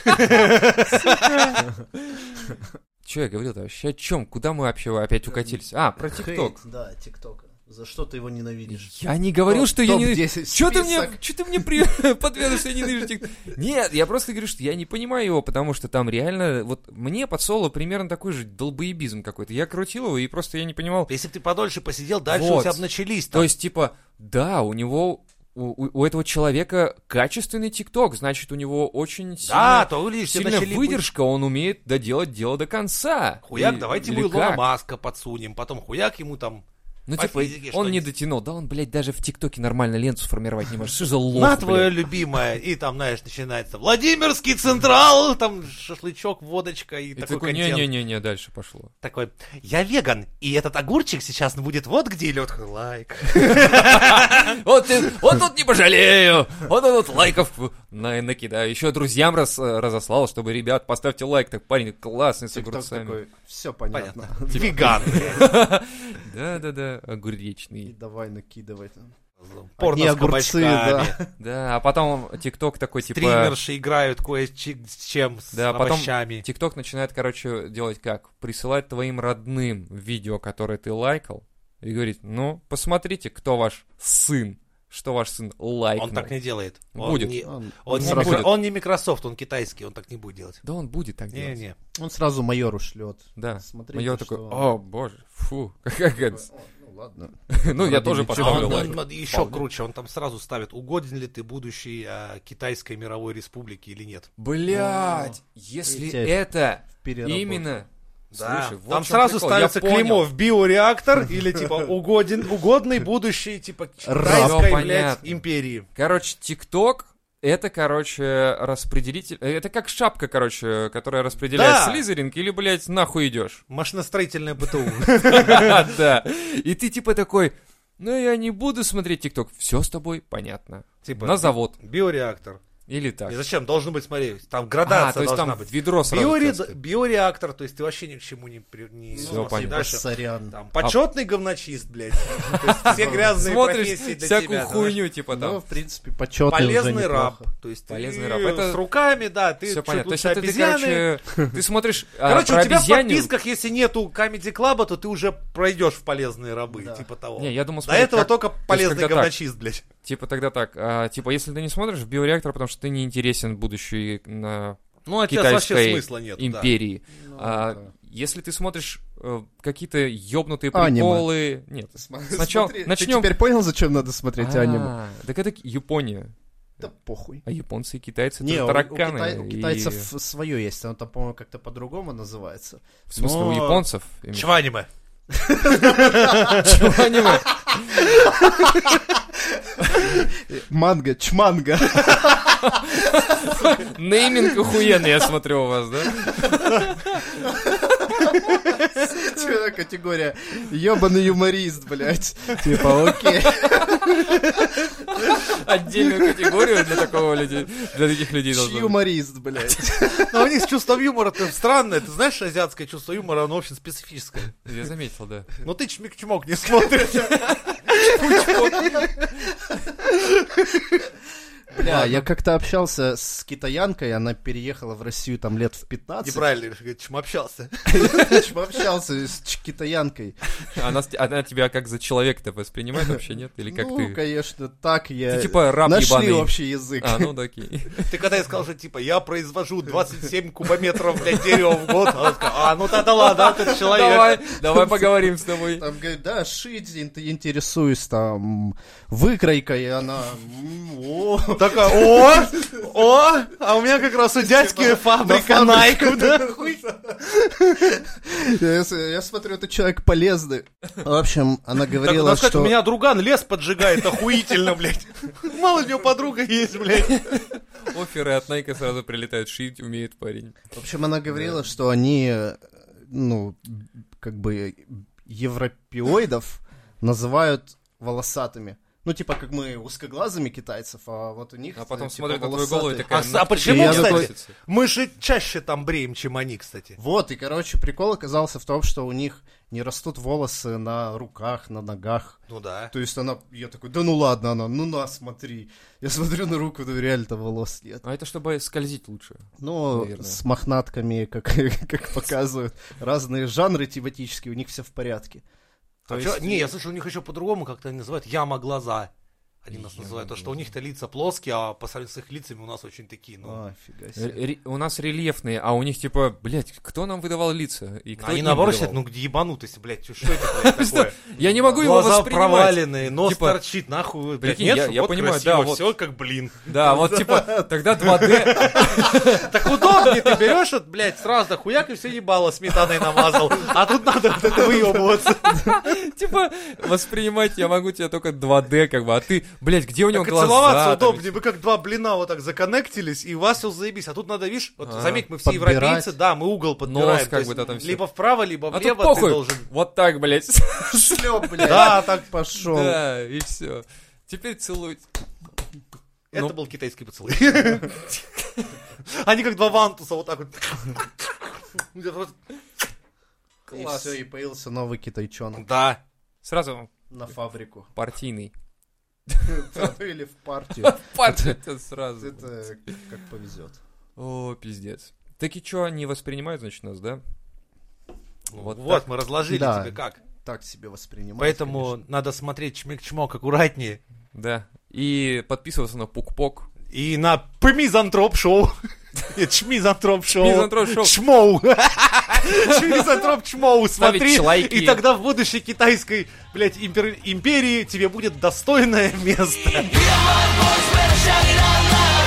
[SPEAKER 1] Че я говорил-то вообще? О чем? Куда мы вообще
[SPEAKER 3] Э,
[SPEAKER 1] опять укатились? А, про ТикТок.
[SPEAKER 4] Хейт, Да, ТикТока. За что ты его ненавидишь?
[SPEAKER 1] Я не говорил,
[SPEAKER 4] Топ-
[SPEAKER 1] что я не...
[SPEAKER 4] топ-10
[SPEAKER 1] Че ты мне,
[SPEAKER 4] список.
[SPEAKER 1] чё ты мне при... подвел, что я ненавижу ТикТок? Нет, я просто говорю, что я не понимаю его, потому что там реально... Вот мне подсоло примерно такой же долбоебизм какой-то. Я крутил его, и просто я не понимал...
[SPEAKER 3] Если бы ты подольше посидел, дальше
[SPEAKER 1] Вот.
[SPEAKER 3] у тебя бы начались.
[SPEAKER 1] То
[SPEAKER 3] там.
[SPEAKER 1] есть, типа, да, у него... У, у- у этого человека качественный ТикТок, значит, у него очень
[SPEAKER 3] Да,
[SPEAKER 1] сильно...
[SPEAKER 3] то, видишь, тебе
[SPEAKER 1] сильная
[SPEAKER 3] начали быть-
[SPEAKER 1] выдержка, он умеет доделать дело до конца.
[SPEAKER 3] Хуяк,
[SPEAKER 1] И-
[SPEAKER 3] давайте
[SPEAKER 1] или
[SPEAKER 3] ему Илона
[SPEAKER 1] как?
[SPEAKER 3] Маска подсунем, потом хуяк ему там...
[SPEAKER 1] Ну,
[SPEAKER 3] по
[SPEAKER 1] типа,
[SPEAKER 3] физике
[SPEAKER 1] он не
[SPEAKER 3] что-нибудь.
[SPEAKER 1] дотянул. Да он, блядь, даже в ТикТоке нормально ленту сформировать не может. Что за лох,
[SPEAKER 3] На
[SPEAKER 1] блядь?
[SPEAKER 3] твое любимое, и там, знаешь, начинается Владимирский Централ, там шашлычок, водочка и,
[SPEAKER 1] И
[SPEAKER 3] такой
[SPEAKER 1] такой,
[SPEAKER 3] контент.
[SPEAKER 1] не-не-не, дальше пошло.
[SPEAKER 3] Такой, я веган, и этот огурчик сейчас будет вот где, или вот такой лайк.
[SPEAKER 1] Вот, ты- вот тут не пожалею, вот тут лайков на, накидаю. Еще друзьям раз, э, разослал, чтобы, ребят, поставьте лайк. Так парень классный с
[SPEAKER 2] ТикТок
[SPEAKER 1] огурцами. Типа
[SPEAKER 2] такой, все понятно.
[SPEAKER 3] Понятно. Веган.
[SPEAKER 1] Да-да-да,
[SPEAKER 2] И
[SPEAKER 1] огуречный.
[SPEAKER 2] давай накидывать. там.
[SPEAKER 3] Порно
[SPEAKER 4] Одни
[SPEAKER 3] с
[SPEAKER 4] огурцы,
[SPEAKER 3] кабачками.
[SPEAKER 1] Да, а потом ТикТок такой, типа...
[SPEAKER 3] Стримерши играют кое с чем, с
[SPEAKER 1] Да, а потом
[SPEAKER 3] овощами.
[SPEAKER 1] ТикТок начинает, короче, делать как? Присылать твоим родным видео, которые ты лайкал, и говорит, ну, посмотрите, кто ваш сын, что ваш сын типа, лайкнул.
[SPEAKER 3] Он так не делает. Он
[SPEAKER 1] Будет.
[SPEAKER 3] не-
[SPEAKER 4] Он,
[SPEAKER 3] Он не
[SPEAKER 1] сразу-
[SPEAKER 3] микро- он не Microsoft, он китайский, он так не будет делать.
[SPEAKER 1] Да он будет так делать.
[SPEAKER 3] Не-не.
[SPEAKER 4] он сразу майору шлет.
[SPEAKER 1] Да.
[SPEAKER 4] Смотрите,
[SPEAKER 1] Я такой,
[SPEAKER 4] что-
[SPEAKER 1] о боже, фу, какая гадость.
[SPEAKER 4] О, Ну ладно.
[SPEAKER 1] Ну, я
[SPEAKER 4] Вроде
[SPEAKER 1] тоже
[SPEAKER 4] ничего.
[SPEAKER 3] А
[SPEAKER 1] поставлю
[SPEAKER 3] он,
[SPEAKER 1] лайк.
[SPEAKER 3] еще круче, он там сразу ставит, угоден ли ты будущей а, Китайской мировой республике или нет.
[SPEAKER 1] Блять,
[SPEAKER 4] И
[SPEAKER 3] Ну,
[SPEAKER 1] если
[SPEAKER 4] тебя
[SPEAKER 1] это
[SPEAKER 4] переработка.
[SPEAKER 1] именно... Слушай, вот
[SPEAKER 3] там
[SPEAKER 1] в чём
[SPEAKER 3] сразу
[SPEAKER 1] прикол,
[SPEAKER 3] ставится
[SPEAKER 1] я понял.
[SPEAKER 3] клеймо в биореактор или типа угоден, угодный будущий типа
[SPEAKER 1] Всё
[SPEAKER 3] Китайской, блядь,
[SPEAKER 1] понятно.
[SPEAKER 3] империи.
[SPEAKER 1] Короче, ТикТок это, короче, распределитель... э, Это как шапка, короче, которая распределяет
[SPEAKER 3] Да.
[SPEAKER 1] слизеринг, или, блядь, нахуй идешь.
[SPEAKER 3] Машиностроительное БТУ.
[SPEAKER 1] Да. И ты типа такой, ну я не буду смотреть ТикТок. Все с тобой понятно.
[SPEAKER 3] Типа
[SPEAKER 1] На завод.
[SPEAKER 3] биореактор.
[SPEAKER 1] Или
[SPEAKER 3] И
[SPEAKER 1] так.
[SPEAKER 3] зачем? Должен быть, смотри, там
[SPEAKER 1] А, то
[SPEAKER 3] градация
[SPEAKER 1] есть
[SPEAKER 3] должна
[SPEAKER 1] там
[SPEAKER 3] быть.
[SPEAKER 1] ведро сразу.
[SPEAKER 3] Биори-
[SPEAKER 1] тесто.
[SPEAKER 3] биореактор, то есть ты вообще ни к чему не... при- не
[SPEAKER 1] Всё
[SPEAKER 3] ну, и
[SPEAKER 1] понятно.
[SPEAKER 3] дальше
[SPEAKER 4] Сорян.
[SPEAKER 1] А
[SPEAKER 3] Там почетный говночист, блядь. Ну, То есть все грязные
[SPEAKER 1] Смотришь
[SPEAKER 3] профессии для
[SPEAKER 1] всякую
[SPEAKER 3] тебя, да.
[SPEAKER 1] хуйню, типа
[SPEAKER 4] Ну,
[SPEAKER 1] там.
[SPEAKER 4] в принципе, почетный
[SPEAKER 3] Полезный
[SPEAKER 4] уже
[SPEAKER 3] раб.
[SPEAKER 4] неплохо.
[SPEAKER 3] То есть
[SPEAKER 1] Полезный
[SPEAKER 3] ты
[SPEAKER 1] раб. Это-
[SPEAKER 3] с руками, да, ты
[SPEAKER 1] Все
[SPEAKER 3] чуть
[SPEAKER 1] понятно. То есть
[SPEAKER 3] лучше
[SPEAKER 1] это ты,
[SPEAKER 3] обезьяны.
[SPEAKER 1] короче, ты смотришь а,
[SPEAKER 3] Короче,
[SPEAKER 1] про
[SPEAKER 3] у тебя в
[SPEAKER 1] обезьянину.
[SPEAKER 3] подписках, если нету Comedy Club, то ты уже пройдешь в полезные рабы,
[SPEAKER 4] Да.
[SPEAKER 3] типа того.
[SPEAKER 1] Не, я думал,
[SPEAKER 3] До
[SPEAKER 1] смотри,
[SPEAKER 3] этого
[SPEAKER 1] как-
[SPEAKER 3] только полезный
[SPEAKER 1] когда так.
[SPEAKER 3] говночист, блядь.
[SPEAKER 1] Типа тогда так, а, типа если ты не смотришь в биореактор, потому что ты не интересен будущей на
[SPEAKER 3] Ну, а тебя вообще
[SPEAKER 1] китайской
[SPEAKER 3] смысла нет. да.
[SPEAKER 1] империи.
[SPEAKER 4] Ну,
[SPEAKER 1] А,
[SPEAKER 4] да.
[SPEAKER 1] Если ты смотришь э, какие-то ёбнутые
[SPEAKER 4] Аниме.
[SPEAKER 1] приколы... Нет. Сначала
[SPEAKER 4] Смотри,
[SPEAKER 1] начнем...
[SPEAKER 4] Ты теперь понял, зачем надо смотреть
[SPEAKER 1] А,
[SPEAKER 4] аниме?
[SPEAKER 1] Так это Япония.
[SPEAKER 4] Да похуй.
[SPEAKER 1] А японцы и китайцы
[SPEAKER 4] Не,
[SPEAKER 1] это
[SPEAKER 4] у, у
[SPEAKER 1] тараканы.
[SPEAKER 4] китай- у
[SPEAKER 1] и-
[SPEAKER 4] китайцев свое есть, оно там, по-моему, как-то по-другому называется.
[SPEAKER 1] В смысле, у
[SPEAKER 4] но-
[SPEAKER 1] японцев... именно.
[SPEAKER 3] Чваниме.
[SPEAKER 1] Чего аниме? Э.
[SPEAKER 4] Манга, чманга.
[SPEAKER 1] Нейминг охуенный, я смотрю у вас, да?
[SPEAKER 4] Чё за категория. Ёбаный юморист, блядь. Типа, окей.
[SPEAKER 1] Отдельную категорию для такого людей, для таких людей должно быть.
[SPEAKER 4] Юморист, блядь.
[SPEAKER 3] Но у них чувство юмора-то странное. Ты знаешь, азиатское чувство юмора, оно очень специфическое.
[SPEAKER 1] Я заметил, да.
[SPEAKER 3] Но ты чмик-чмок не смотришь.
[SPEAKER 4] Бля, я как-то общался с китаянкой, она переехала в Россию там лет в 15.
[SPEAKER 3] Неправильно, говорит, чмобщался.
[SPEAKER 4] Я общался с ч- китаянкой.
[SPEAKER 1] Она, с- она тебя как за человека-то воспринимает вообще, нет? Или как
[SPEAKER 4] ну,
[SPEAKER 1] ты?
[SPEAKER 4] конечно, так я...
[SPEAKER 1] Ты типа раб
[SPEAKER 4] Нашли
[SPEAKER 1] ебаный.
[SPEAKER 4] общий язык.
[SPEAKER 1] А, ну да, окей.
[SPEAKER 3] Ты когда я сказал, что типа, я произвожу 27 кубометров, блядь, дерева в год, она сказала, а, ну тогда ладно, этот человек.
[SPEAKER 1] Давай, давай поговорим с тобой.
[SPEAKER 4] Там говорит, да, шить, ты интересуюсь там выкройкой, и она... м, О,
[SPEAKER 3] Такая, о, о, а у меня как раз у дядьки фабрика Nike, да?
[SPEAKER 4] я, с- я смотрю, ты человек полезный. В общем, она
[SPEAKER 3] Так,
[SPEAKER 4] говорила,
[SPEAKER 3] надо сказать,
[SPEAKER 4] что...
[SPEAKER 3] у меня друган лес поджигает охуительно, блядь. Мало у него подруга есть, блядь.
[SPEAKER 1] Оферы от Найка сразу прилетают. Шить умеет парень.
[SPEAKER 4] В общем, она говорила, что они, э, ну, как бы европеоидов называют волосатыми. Ну, типа, как мы узкоглазыми китайцев, а вот у них...
[SPEAKER 1] А потом
[SPEAKER 4] э, типа,
[SPEAKER 1] смотрит на твою
[SPEAKER 4] волосатые.
[SPEAKER 1] голову и такая...
[SPEAKER 3] А, с- а
[SPEAKER 1] ну,
[SPEAKER 3] почему,
[SPEAKER 4] я
[SPEAKER 3] кстати?
[SPEAKER 4] такой-
[SPEAKER 3] Мы же чаще там бреем, чем они, кстати.
[SPEAKER 4] Вот, и, короче, прикол оказался в том, что у них не растут волосы на руках, на ногах.
[SPEAKER 3] Ну да.
[SPEAKER 4] То есть она, я такой, да ну ладно, она, ну на, смотри. Я смотрю на руку, да реально-то волос нет.
[SPEAKER 1] А это чтобы скользить лучше.
[SPEAKER 4] Ну,
[SPEAKER 1] Наверное.
[SPEAKER 4] с мохнатками, как, как показывают, разные жанры тематические, у них все в порядке.
[SPEAKER 3] А чё- Не, я слышал, у них еще по-другому как-то они называют яма глаза. Они нас называют, то что у них-то лица плоские, а по сравнению с их лицами у нас очень такие, ну...
[SPEAKER 4] А, фига
[SPEAKER 1] Р-
[SPEAKER 4] себе.
[SPEAKER 1] ре- У нас рельефные, а у них типа, блядь, кто нам выдавал лица? И кто
[SPEAKER 3] Они
[SPEAKER 1] им
[SPEAKER 3] наоборот
[SPEAKER 1] выдавал?
[SPEAKER 3] сидят, ну где ебанутость, блядь, чё- что это, блядь, такое?
[SPEAKER 1] Я не могу его
[SPEAKER 3] Глаза
[SPEAKER 1] воспринимать.
[SPEAKER 3] проваленные, нос
[SPEAKER 1] Типа-
[SPEAKER 3] торчит, нахуй, вы, блядь,
[SPEAKER 1] Прикинь,
[SPEAKER 3] нет,
[SPEAKER 1] я- я
[SPEAKER 3] вот
[SPEAKER 1] понимаю,
[SPEAKER 3] красиво,
[SPEAKER 1] да, вот.
[SPEAKER 3] все как блин.
[SPEAKER 1] Да, вот типа, тогда 2D.
[SPEAKER 3] Так удобнее, ты берешь, вот, блядь, сразу хуяк и все ебало сметаной намазал, а тут надо вот это выебываться.
[SPEAKER 1] Типа, воспринимать я могу тебя только 2D, как бы. А ты, блядь, где у него
[SPEAKER 3] Так и
[SPEAKER 1] глаза?
[SPEAKER 3] целоваться
[SPEAKER 1] там
[SPEAKER 3] удобнее, вы как два блина вот так законнектились, и у вас все заебись. А тут надо, видишь, вот
[SPEAKER 1] А,
[SPEAKER 3] заметь, мы все
[SPEAKER 4] подбирать.
[SPEAKER 3] европейцы, да, мы угол подбираем.
[SPEAKER 1] Нос
[SPEAKER 3] то
[SPEAKER 1] как
[SPEAKER 3] есть
[SPEAKER 1] бы, да, там всё.
[SPEAKER 3] Либо вправо, либо
[SPEAKER 1] А тут
[SPEAKER 3] влево ты
[SPEAKER 1] похуй.
[SPEAKER 3] должен.
[SPEAKER 1] Вот так, блядь.
[SPEAKER 4] Шлеп, блядь.
[SPEAKER 3] Да, так.
[SPEAKER 4] пошел.
[SPEAKER 1] Да, и все. Теперь целуй.
[SPEAKER 3] Это
[SPEAKER 1] Ну.
[SPEAKER 3] был китайский поцелуй. Они как два вантуса вот так вот.
[SPEAKER 4] И все, и появился новый китайчонок
[SPEAKER 3] Да.
[SPEAKER 1] Сразу
[SPEAKER 4] на фабрику.
[SPEAKER 1] партийный.
[SPEAKER 4] Или в партию.
[SPEAKER 1] Партия сразу.
[SPEAKER 4] Это как повезет.
[SPEAKER 1] О, пиздец. Так и что, они воспринимают, значит, нас, да?
[SPEAKER 3] Вот,
[SPEAKER 1] Вот
[SPEAKER 3] мы разложили
[SPEAKER 4] Да.
[SPEAKER 3] тебе как.
[SPEAKER 4] Так себе воспринимать.
[SPEAKER 3] Поэтому
[SPEAKER 4] конечно.
[SPEAKER 3] надо смотреть чмик-чмок аккуратнее.
[SPEAKER 1] Да. И подписываться на Пук-Пок.
[SPEAKER 3] И на пмизантроп шоу. Нет, чмизантроп шоу.
[SPEAKER 1] Мизантроп шоу.
[SPEAKER 3] Чмоу. Чмизантроп чмоу.
[SPEAKER 1] Ставить
[SPEAKER 3] Смотри,
[SPEAKER 1] лайки.
[SPEAKER 3] и тогда в будущей китайской, блядь, импер- империи тебе будет достойное место.
[SPEAKER 6] You're my voice when I shout it out loud.